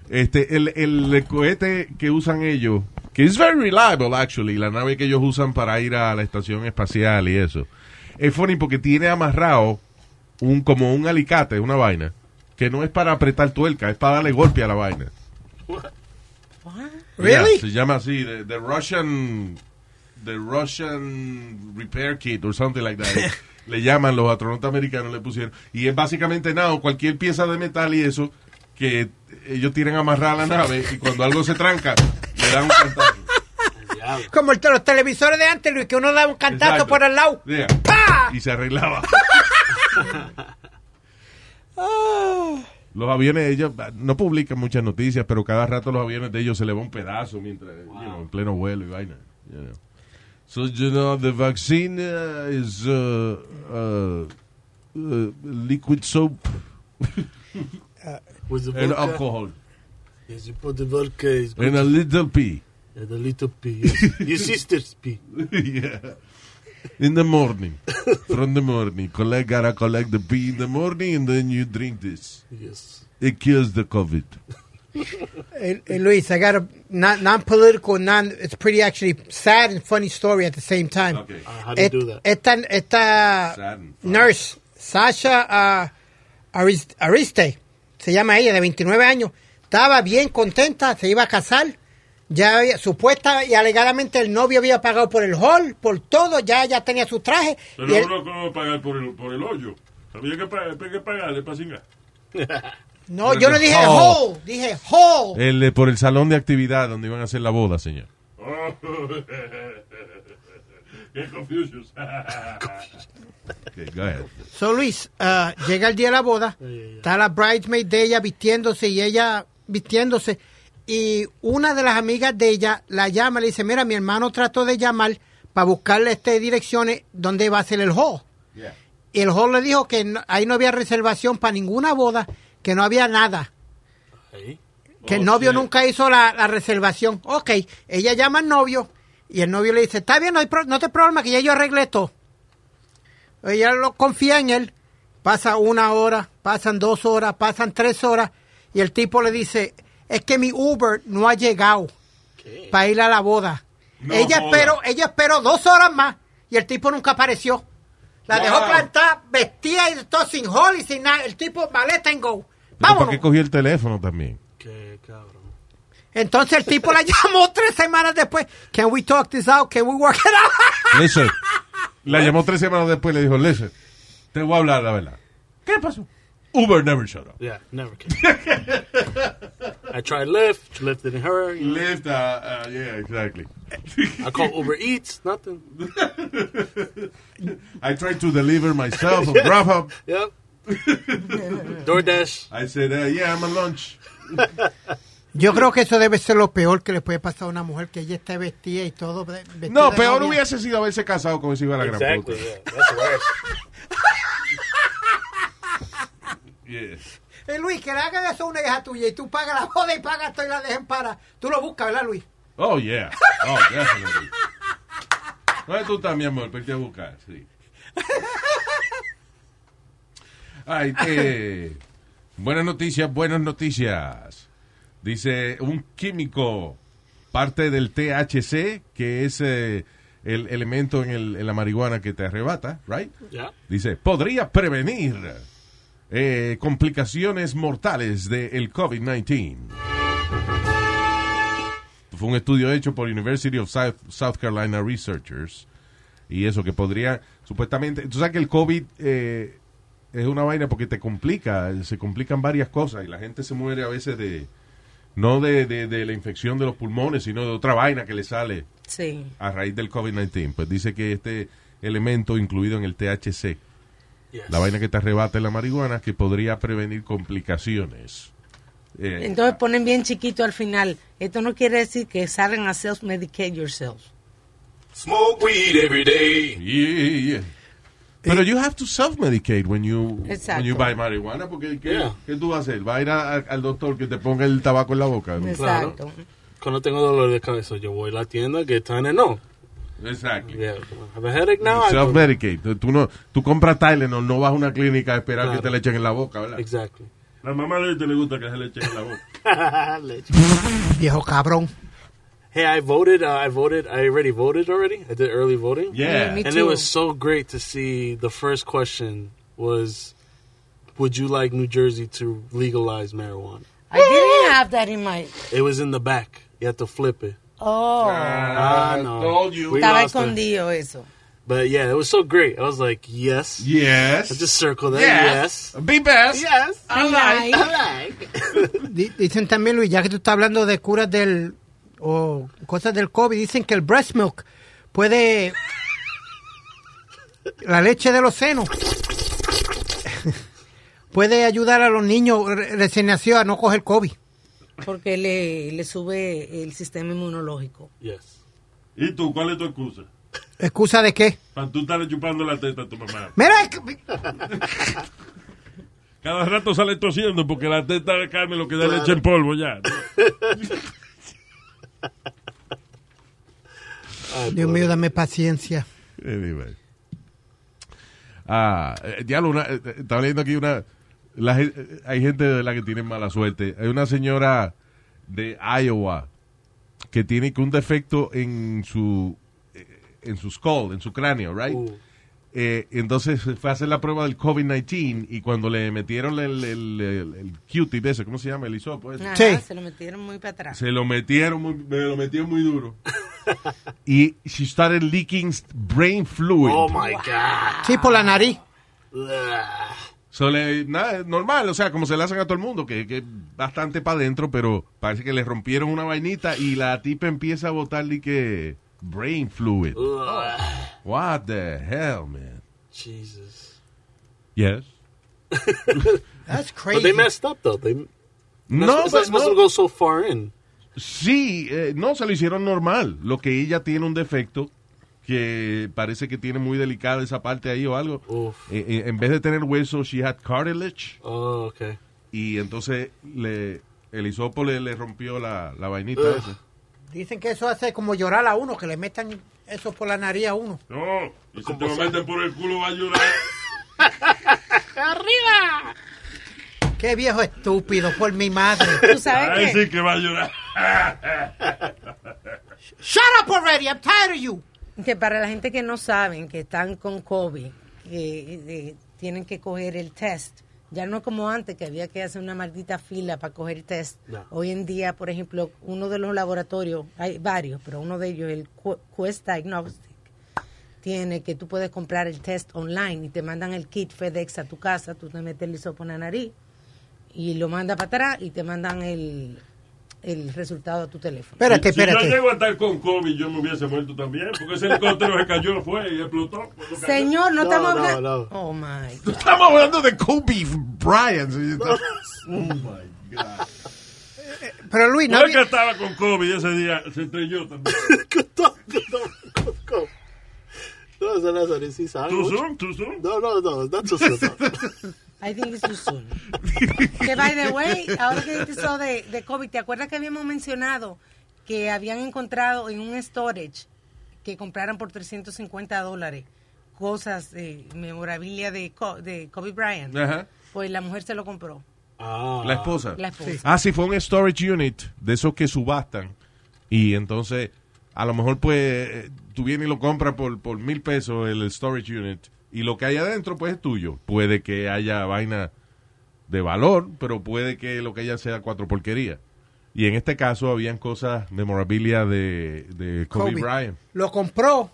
S3: Este, el, el cohete que usan ellos, que es very reliable actually, la nave que ellos usan para ir a la estación espacial y eso. Es funny porque tiene amarrado un como un alicate, una vaina, que no es para apretar tuerca, es para darle golpe a la vaina.
S5: Really?
S3: Yeah, se llama así, the, the Russian the Russian repair kit or something like that. le llaman los astronautas americanos le pusieron y es básicamente nada, cualquier pieza de metal y eso que ellos tienen amarrada la nave y cuando algo se tranca le dan un cantazo.
S5: Como el- los televisores de antes, Luis, que uno da un cantazo
S3: Exacto.
S5: por el lado.
S3: Yeah.
S5: ¡Pah!
S3: Y se arreglaba.
S5: Oh.
S3: Los aviones de ellos ah, no publican muchas noticias, pero cada rato los aviones de ellos se le va un pedazo mientras, you know, en pleno vuelo y vaina. you know. So, you know, the vaccine uh, is uh, uh, uh, liquid soap
S6: Was the
S3: and
S6: vodka?
S3: alcohol
S6: Yes, you put the vodka. It's good.
S3: and a little pee
S6: And a little pee. Yes. Your sister's pee.
S3: yeah. in the morning. From the morning. Collect, gotta collect the pee in the morning and then you drink this.
S6: Yes.
S3: It kills the COVID.
S5: Hey, hey, Eh, Luis, I got a non, non-political, non. It's pretty actually sad and funny story at the same time.
S3: Okay.
S6: Uh, how do you
S5: Et-
S6: do that?
S5: Esta, esta
S3: Sad and funny.
S5: nurse, Sasha ah, Aris- Ariste, se llama ella, de 29 años, estaba bien contenta, se iba a casar. Ya había- supuesta y alegadamente el novio había pagado por el hall, por todo, ya ya tenía su traje.
S1: Pero
S5: y él-
S1: uno cómo va a pagar por el, por el hoyo. Había que, pagar, había que pagarle para cingar.
S5: no, yo no
S3: el
S5: dije
S3: hall.
S5: hall, dije hall.
S3: El, eh, por el salón de actividad donde iban a hacer la boda, señor.
S1: Oh. Qué confusos.
S3: Okay, go ahead.
S5: So Luis, ah, llega el día de la boda, está la bridesmaid de ella vistiéndose y ella vistiéndose y una de las amigas de ella la llama y le dice, mira, mi hermano trató de llamar para buscarle este, direcciones donde va a ser el hall. Y el hall le dijo que no- ahí no había reservación para ninguna boda, que no había nada,
S6: Hey.
S5: que
S1: Oh,
S5: el novio
S1: shit.
S5: nunca hizo la, la reservación. Ok, ella llama al novio y el novio le dice, está bien, no, hay pro- no te problema, que ya yo arreglé todo. Ella lo confía en él. Pasa una hora, pasan dos horas, pasan tres horas y el tipo le dice, es que mi Uber no ha llegado
S6: ¿Qué?
S5: para ir a la boda.
S1: No
S5: ella,
S1: joda.
S5: esperó, ella esperó dos horas más y el tipo nunca apareció. La dejó
S1: Wow.
S5: plantada, vestida y todo sin hall y sin nada. El tipo, maleta en go.
S3: Pero ¿Para qué
S5: Vámonos.
S3: cogió el teléfono también?
S6: Qué cabrón.
S5: Entonces el tipo la llamó tres semanas después. Can we talk this out? Can we work it out?
S3: Listen. La llamó tres semanas después y le dijo, listen, te voy a hablar la verdad. ¿Qué pasó? Uber never showed up.
S6: Yeah, never came. I tried Lyft. Lyft didn't hurt. you know.
S3: Left, uh, uh, yeah, exactly.
S6: I called Uber Eats. Nothing.
S3: I tried to deliver myself on Grubhub.
S6: Yep. DoorDash.
S3: I said, uh, yeah, I'm on lunch.
S5: Yo creo que eso debe ser lo peor que le puede pasar a una mujer que ella esté vestida y todo. ve- vestida
S3: No,
S5: de
S3: peor
S5: novia.
S3: hubiese sido haberse casado con ese iba a la gran puta.
S6: Exactly. Yeah, that's worse.
S3: Yes.
S5: Eh, Luis, que le hagan eso a una hija tuya y tú pagas la boda y pagas todo y la dejen para. Tú lo buscas, ¿verdad, Luis?
S3: Oh, yeah. Oh, definitely. ¿Dónde tú estás, mi amor? Vete a buscar, sí. Ay, eh, buenas noticias, buenas noticias. Dice un químico, parte del THC, que es eh, el elemento en, el- en la marihuana que te arrebata, right?
S6: Yeah.
S3: Dice, podría prevenir eh, complicaciones mortales del COVID-19. Fue un estudio hecho por University of South, South Carolina Researchers. Y eso que podría Supuestamente, tú sabes que el COVID eh, es una vaina porque te complica, se complican varias cosas y la gente se muere a veces de, no de, de- de la infección de los pulmones, sino de otra vaina que le sale
S4: Sí.
S3: a raíz del COVID-19. Pues dice que este elemento incluido en el THC, la vaina que te arrebata en la marihuana, que podría prevenir complicaciones. Eh,
S4: Entonces ponen bien chiquito al final. Esto no quiere decir que salgan a self-medicate yourselves.
S2: Smoke weed every day.
S3: Yeah, yeah. Pero you have to self-medicate when you,
S4: Exacto.
S3: when you buy marihuana, porque ¿qué,
S6: Yeah.
S3: qué tú vas a hacer? ¿Va a ir a- al doctor que te ponga el tabaco en la boca?
S4: Exacto.
S6: Cuando tengo dolor de cabeza, yo voy a la tienda que está en el no.
S3: Exacto.
S6: Yeah. I have a headache now. I go-
S3: Self-medicate. Tú, no, tú compras Tylenol, no vas a una clínica a esperar
S6: Claro.
S3: que te le echen en la boca, ¿verdad?
S6: Exactly.
S1: La mamá de este le gusta que se le eche en la boca.
S6: Leche.
S5: Viejo cabrón.
S6: hey, I voted. Uh, I voted. I already voted already. I did early voting.
S3: Yeah.
S4: Me
S6: and it
S4: too.
S6: was so great to see the first question was would you like new jersey to legalize marijuana
S4: I didn't have that in my...
S6: it was in the back you had to flip it
S4: Oh.
S6: Ah, no. We
S4: Estaba
S6: lost it.
S4: escondido eso.
S6: but yeah it was so great i was like yes
S3: Yes.
S6: i just circled that yes
S3: Be best.
S6: yes i
S4: like,
S5: Di- Dicen también, Luis, ya que tú estás hablando de curas del o cosas del COVID, dicen que el breast milk puede la leche de los senos puede ayudar a los niños re- recién nacidos a no coger COVID.
S4: Porque le, le sube el sistema inmunológico.
S6: yes
S1: ¿Y tú? ¿Cuál es tu excusa?
S5: ¿Excusa de qué?
S1: Para tú estarle chupando la teta a tu mamá.
S5: Mira, es-
S1: Cada rato sale tosiendo porque la teta de Carmen lo que da leche en polvo ya.
S5: Dios mío, dame paciencia.
S3: Anyway. Ah, eh, diablo, una, eh, eh, estaba leyendo aquí una. la gen- eh, hay gente de la que tiene mala suerte. Hay una señora de Iowa que tiene que un defecto en su eh, en su skull, en su cráneo, right?
S6: Ooh.
S3: Eh, entonces fue a hacer la prueba del COVID-19 y cuando le metieron el, el, el, el Q-tip ese, ¿cómo se llama? El hisopo ese.
S4: Ajá,
S5: Sí.
S4: Se lo metieron muy para atrás.
S3: Se lo metieron muy, me lo metieron muy duro. y she started leaking brain fluid.
S6: oh my god
S5: Sí, por la nariz.
S6: Ugh.
S3: So, le- nada, es normal, o sea, como se le hacen a todo el mundo, que, que bastante para adentro, pero parece que le rompieron una vainita y la tipa empieza a botarle que brain fluid.
S6: Ugh.
S3: What the hell, man?
S6: jesus
S3: Yes.
S5: That's
S6: but they
S5: crazy.
S6: messed up though they
S3: No,
S6: it's
S3: but
S6: not supposed
S3: no.
S6: to go so far in
S3: Sí, eh, no, se lo hicieron normal. Lo que ella tiene un defecto que parece que tiene muy delicada esa parte ahí o algo.
S6: Uf.
S3: Eh, eh, en vez de tener hueso, she had cartilage
S6: oh okay
S3: y entonces le, el hisopo le, le rompió la, la vainita
S6: Ugh.
S3: esa.
S5: Dicen que eso hace como llorar a uno, que le metan eso por la nariz a uno.
S1: No, y si te lo meten por el culo va a llorar.
S5: Qué viejo estúpido, por mi madre.
S4: ¿Tú
S1: A
S4: sabes qué?
S1: decir que va a llorar.
S5: Shut up already, I'm tired of you.
S4: Que para la gente que no saben que están con COVID, que eh, tienen que coger el test. Ya no es como antes, que había que hacer una maldita fila para coger el test.
S6: No.
S4: Hoy en día, por ejemplo, uno de los laboratorios, hay varios, pero uno de ellos, el Qu- Quest Diagnostic, tiene que tú puedes comprar el test online y te mandan el kit FedEx a tu casa, tú te metes el hisopo en la nariz y lo mandas para atrás y te mandan el, el resultado a tu teléfono.
S5: Espérate,
S1: si yo
S5: espérate.
S1: llego a estar con COVID, yo me hubiese muerto también. Porque ese helicóptero se cayó, fue y explotó. Pues lo cayó.
S4: Señor, no,
S6: No,
S4: estamos
S6: no,
S4: hablando...
S6: no.
S4: Oh, my
S3: Estamos hablando de Kobe Bryant.
S5: Pero Luis, no
S1: Oh, No es que
S5: había-
S1: estaba con COVID ese día, se estrelló también.
S6: no, no, no. No, eso no es así, sí, sabe
S1: ¿Tú
S6: mucho.
S1: zoom? ¿Tú zoom?
S6: No, no, no, no, too soon.
S4: I think it's too soon. que by the way, ahora que dices eso de, de COVID, ¿te acuerdas que habíamos mencionado que habían encontrado en un storage que compraran por 350 dólares cosas, eh, memorabilia de, Co- de Kobe Bryant?
S3: Ajá.
S4: Pues la mujer se lo compró,
S6: Ah,
S3: La esposa.
S4: la esposa.
S3: Ah, sí, fue un storage unit de esos que subastan. Y entonces, a lo mejor, pues, eh, tú vienes y lo compras por, por mil pesos el storage unit. Y lo que hay adentro, pues, es tuyo. Puede que haya vaina de valor, pero puede que lo que haya sea cuatro porquerías. Y en este caso, habían cosas, memorabilia de, de Kobe,
S5: Kobe.
S3: Bryant.
S5: lo compró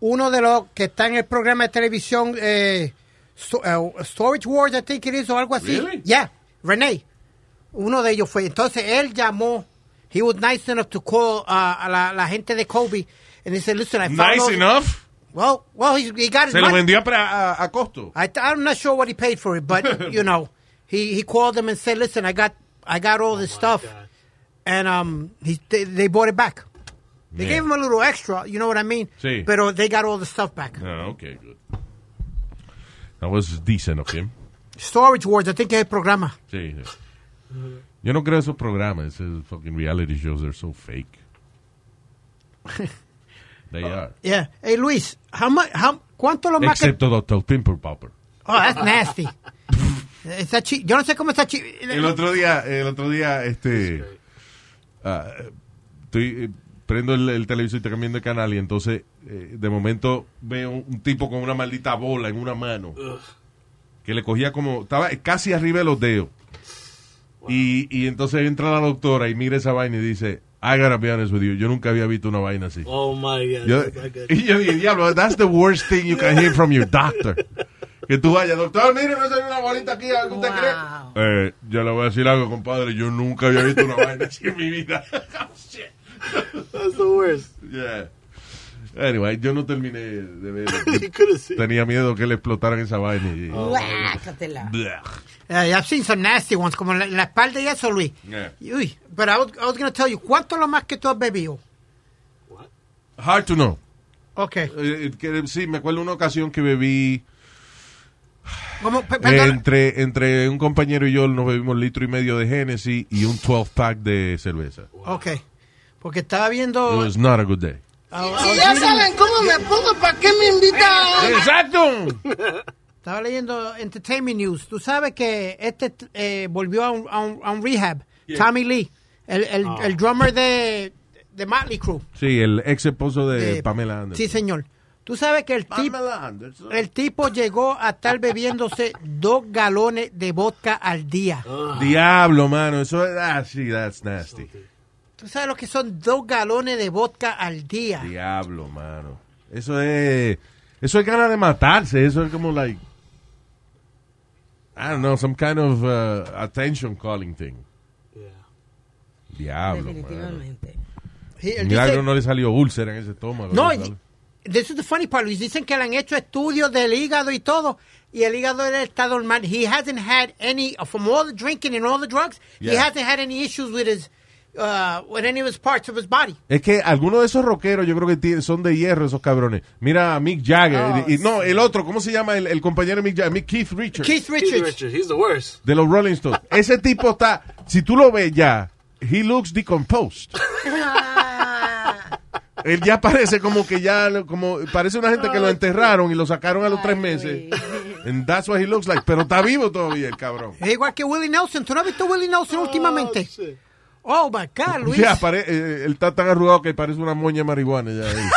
S5: uno de los que está en el programa de televisión eh, Sto- eh, Storage Wars, I think it is, o algo así.
S1: Really?
S5: Yeah, Renee. Uno de ellos fue. Entonces él llamó. He was nice enough to call uh, a la, la gente de Kobe. And he said, listen, I found
S3: Nice
S5: all-
S3: enough.
S5: Well, well, he, he got his
S3: Se lo
S5: money.
S3: vendió a, a- a costo.
S5: I th- I'm not sure what he paid for it, but you know, he, he called them and said, "Listen, I got I got all
S3: Oh
S5: this stuff,"
S6: God.
S5: and um, he they, they bought it back. They
S3: Yeah.
S5: gave him a little extra, you know what I mean?
S3: Sí.
S5: But they got all the stuff back.
S3: Ah, okay, good. That was decent of him.
S5: Storage Wars, I think es el programa.
S3: Sí, sí. Yo no creo esos programas. Esos fucking reality shows, they're so fake. They are.
S5: Yeah. Hey Luis, how much? How cuánto lo más? que-
S3: Excepto Dr. Pimple Popper.
S5: Oh, that's nasty. está chi- Yo no sé cómo está chi.
S3: El otro día, el otro día, este, ah, estoy, eh, prendo el, el televisor y estoy cambiando de canal y entonces, eh, de momento, veo un, un tipo con una maldita bola en una mano que le cogía como, estaba casi arriba de los dedos. Y, y entonces entra la doctora y mira esa vaina y dice, I gotta be honest with you, yo nunca había visto una vaina así.
S6: Oh my God.
S3: Yo,
S6: that's not good.
S3: y yo dije, diablo, that's the worst thing you can hear from your doctor. Que tú vayas, doctor, mire, no hay una bolita aquí, ¿algo usted cree?
S5: Wow.
S3: Eh, yo le voy a decir algo, compadre, yo nunca había visto una vaina así en mi vida. Oh,
S6: That's the worst.
S3: Yeah. Anyway, yo no terminé de ver.
S6: you could have seen.
S3: Tenía miedo que le explotaran esa vaina. y-
S4: Oh. Guácatela.
S3: Blech.
S5: Hey, Eh, I've seen some nasty ones, como la, la espalda y eso, Luis.
S3: Yeah.
S5: Uy, but I was, I was going to tell you, ¿cuánto lo más que tú has bebido?
S6: What?
S3: Hard to know.
S5: Okay.
S3: Eh, que- sí, me acuerdo una ocasión que bebí.
S5: Como, pe-
S3: Eh,
S5: perdona.
S3: entre, entre un compañero y yo nos bebimos litro y medio de Genesis y un 12 pack de cerveza.
S5: Ok. Porque estaba viendo.
S3: It was not a good day.
S5: Si ya saben cómo me pongo, ¿para qué me invitan? Exacto. Estaba leyendo Entertainment News. Tú sabes que este eh, volvió a un, a un- a un rehab. Tommy Lee, el, el,
S3: Ah.
S5: el drummer de, de Motley Crue.
S3: Sí, el ex esposo de
S5: Eh,
S3: Pamela Anderson.
S5: Sí, señor. Tú sabes que el, tip-
S3: Anderson.
S5: el tipo llegó a estar bebiéndose dos galones de vodka al día.
S3: Ah. Diablo, mano. Eso es. Ah, sí, that's nasty.
S5: Tú sabes lo que son dos galones de vodka al día.
S3: Diablo, mano. Eso es. Eso es ganas de matarse. Eso es como, like. I don't know, some kind of uh, attention calling thing.
S6: Yeah.
S3: Diablo, mano.
S4: Definitivamente.
S5: Sí, él
S3: Milagro
S5: dice-
S3: no le salió úlcera en ese estómago.
S5: No,
S3: ¿sabes?
S5: y- this is the funny part, Luis. Dicen que le han hecho estudios del hígado y todo, y el hígado de él está normal. He hasn't had any, from all the drinking and all the drugs, he
S3: Yeah.
S5: hasn't had any issues with his, uh, with any of his parts of his body.
S3: Es que algunos de esos rockeros yo creo que tienen- son de hierro esos cabrones. Mira a Mick
S5: Ah,
S3: Jagger. y- y- no, el otro, ¿cómo se llama el, el compañero de Mick Jagger? Mick Keith Richards.
S5: Keith
S6: Keith
S5: Richards.
S6: Richards, He's the worst.
S3: de los Rolling Stones. Ese tipo está, si tú lo ves ya, he looks decomposed. Él ya parece como que ya, lo- como parece una gente que lo enterraron y lo sacaron a los tres meses. And that's what he looks like. Pero está vivo todavía el cabrón.
S5: Es igual "Ah, que Willie Nelson. ¿Tú no has visto a Willie Nelson
S6: Oh,
S5: últimamente?
S6: shit.
S5: Oh, my God, Luis.
S3: Ya, pare- eh, él está tan arrugado que parece una moña de marihuana. Ya, él.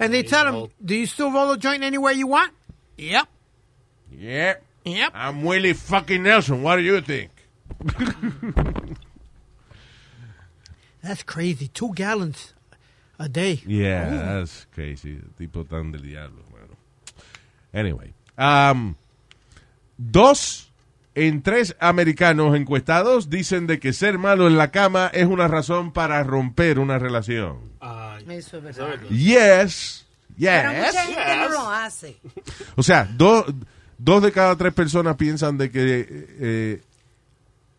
S5: And they tell him, do you still roll a joint anywhere you want? Yep.
S3: Yeah,
S5: Yep.
S3: I'm Willie fucking Nelson. What do you think?
S5: That's crazy. Two gallons a day.
S3: Yeah, that's crazy. Tipo tan del diablo, mano. Anyway. um, dos en tres americanos encuestados dicen de que ser malo en la cama es una razón para romper una relación.
S6: Uh,
S4: Eso es verdad.
S3: Yes.
S4: Pero mucha
S3: Yes.
S4: gente no lo hace.
S3: O sea, dos, dos de cada tres personas piensan de que eh,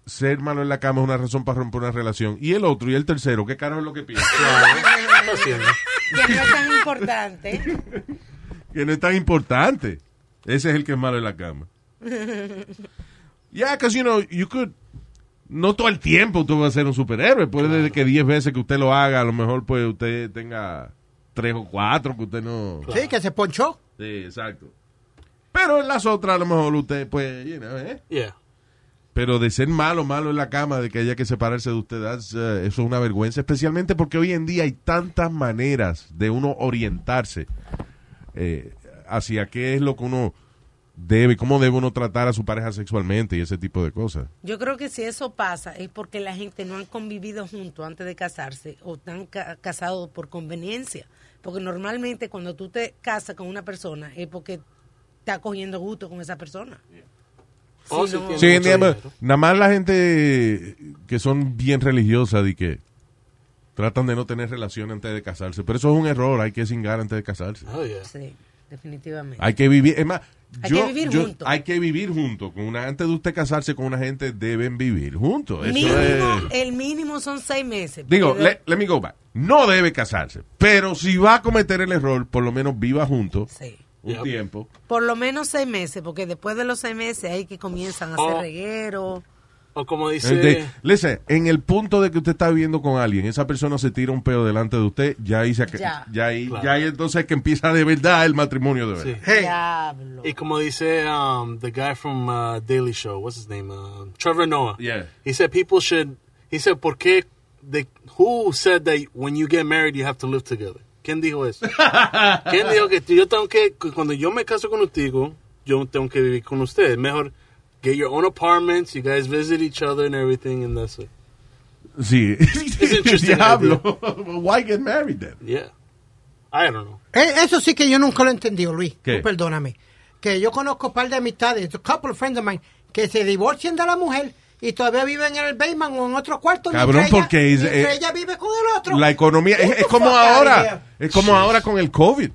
S3: ser malo en la cama es una razón para romper una relación. Y el otro y el tercero, ¿qué caro es lo que piensa?
S6: no siento.
S4: Que no es tan importante.
S3: que no es tan importante. Ese es el que es malo en la cama. Yeah, because you know, you could. No todo el tiempo tú vas a ser un superhéroe. Puede que 10 veces que usted lo haga, a lo mejor pues usted tenga 3 o 4 que usted no.
S5: Sí, que se ponchó.
S3: Sí, exacto. Pero en las otras a lo mejor usted pues, you know, ¿eh?
S6: Yeah.
S3: Pero de ser malo, malo en la cama, de que haya que separarse de usted, that's, eh, eso es una vergüenza, especialmente porque hoy en día hay tantas maneras de uno orientarse eh, hacia qué es lo que uno debe, cómo debe uno tratar a su pareja sexualmente y ese tipo de cosas.
S4: Yo creo que si eso pasa es porque la gente no han convivido juntos antes de casarse o están ca- casados por conveniencia. Porque normalmente cuando tú te casas con una persona es porque estás cogiendo gusto con esa persona.
S6: O
S4: Sí,
S6: si
S4: no.
S6: tiene
S3: Sí,
S6: mucho
S3: nada más,
S6: dinero.
S3: nada más la gente que son bien religiosas y que tratan de no tener relación antes de casarse. Pero eso es un error, hay que cingar antes de casarse.
S6: Oh, yeah.
S4: Sí, definitivamente.
S3: Hay que vivir, es más,
S4: Hay
S3: yo-
S4: que vivir
S3: yo-
S4: juntos.
S3: Hay que vivir juntos. Con una, antes de usted casarse con una gente, deben vivir juntos. Eso
S4: Mínimo,
S3: es...
S4: El mínimo son seis meses.
S3: Digo,
S4: Porque de-
S3: le- let me go back. No debe casarse, pero si va a cometer el error, por lo menos viva juntos
S4: Sí.
S3: un
S6: Yep.
S3: tiempo.
S4: Por lo menos seis meses, porque después de los seis meses ahí que comienzan a hacer
S6: Oh.
S4: reguero.
S6: O como dice.
S3: El Eh, de- listen, en el punto de que usted está viviendo con alguien, esa persona se tira un pedo delante de usted, ya ahí, se,
S4: Ya.
S3: ya. ahí,
S6: Claro.
S3: ya ahí entonces que empieza de verdad el matrimonio de verdad.
S6: Sí.
S4: Diablo.
S6: Y como dice um, the guy from uh, Daily Show, what's his name? Uh, Trevor Noah.
S3: Yeah.
S6: He said people should. He said, ¿por qué? They, who said that when you get married you have to live together? ¿Quién dijo eso? ¿Quién dijo que yo tengo que que cuando yo me caso con contigo yo tengo que vivir con usted? Mejor get your own apartments. You guys visit each other and everything, and that's it.
S3: Sí.
S6: interesting
S3: Diablo. Why get married then?
S6: Yeah. I don't know.
S5: Eh, Eso sí que yo nunca lo he entendido, Luis.
S3: ¿Qué?
S5: Tú Perdóname. Que yo conozco un par de amistades, a couple of friends of mine, que se divorcian de la mujer y todavía viven en el basement o en otro cuarto.
S3: Cabrón,
S5: mientras ella-
S3: porque es-
S5: mientras
S3: eh,
S5: ella vive con el otro.
S3: La economía
S5: Get
S3: es,
S5: the
S3: es como
S5: fuck out of
S3: ahora,
S5: here.
S3: es como ahora con el COVID.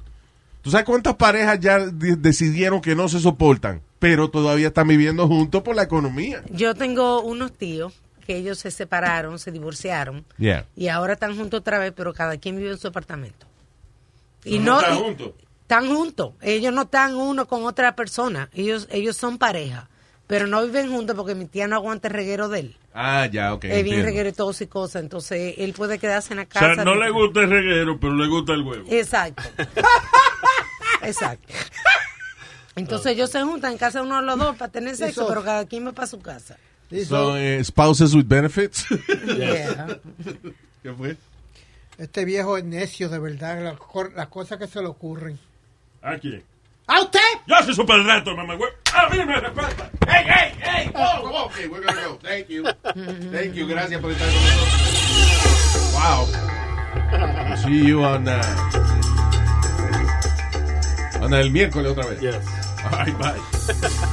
S3: ¿Tú sabes cuántas parejas ya de- decidieron que no se soportan, pero todavía están viviendo juntos por la economía?
S4: Yo tengo unos tíos que ellos se separaron, se divorciaron
S3: Yeah.
S4: y ahora están juntos otra vez, pero cada quien vive en su apartamento. Y
S1: No
S4: no
S1: están
S4: y-
S1: juntos.
S4: Están juntos. Ellos no están uno con otra persona. Ellos ellos son pareja, pero no viven juntos porque mi tía no aguanta el reguero de él.
S3: Ah, ya, ok.
S4: Es bien
S3: entiendo.
S4: reguero y todo y cosas, entonces él puede quedarse en la
S1: O
S4: casa.
S1: sea, no le gusta el reguero, pero le gusta el huevo.
S4: Exacto. Exacto. Entonces ellos se juntan en casa de uno de los dos para tener sexo,
S5: Eso.
S4: pero cada quien va para su casa.
S3: So, eh, spouses with benefits.
S4: Yeah.
S3: ¿Qué fue?
S5: Este viejo es necio, de verdad, las cor- las cosas que se le ocurren.
S1: ¿A quién?
S5: ¡A usted!
S1: Yo soy super rato, mamá. güey. A mí me respeta.
S3: Hey, hey, hey. Oh, okay, we're gonna go. Thank you. Thank you. Gracias por estar con nosotros. Wow. We'll See you on uh, on el miércoles otra vez.
S6: Yes.
S3: All right, bye.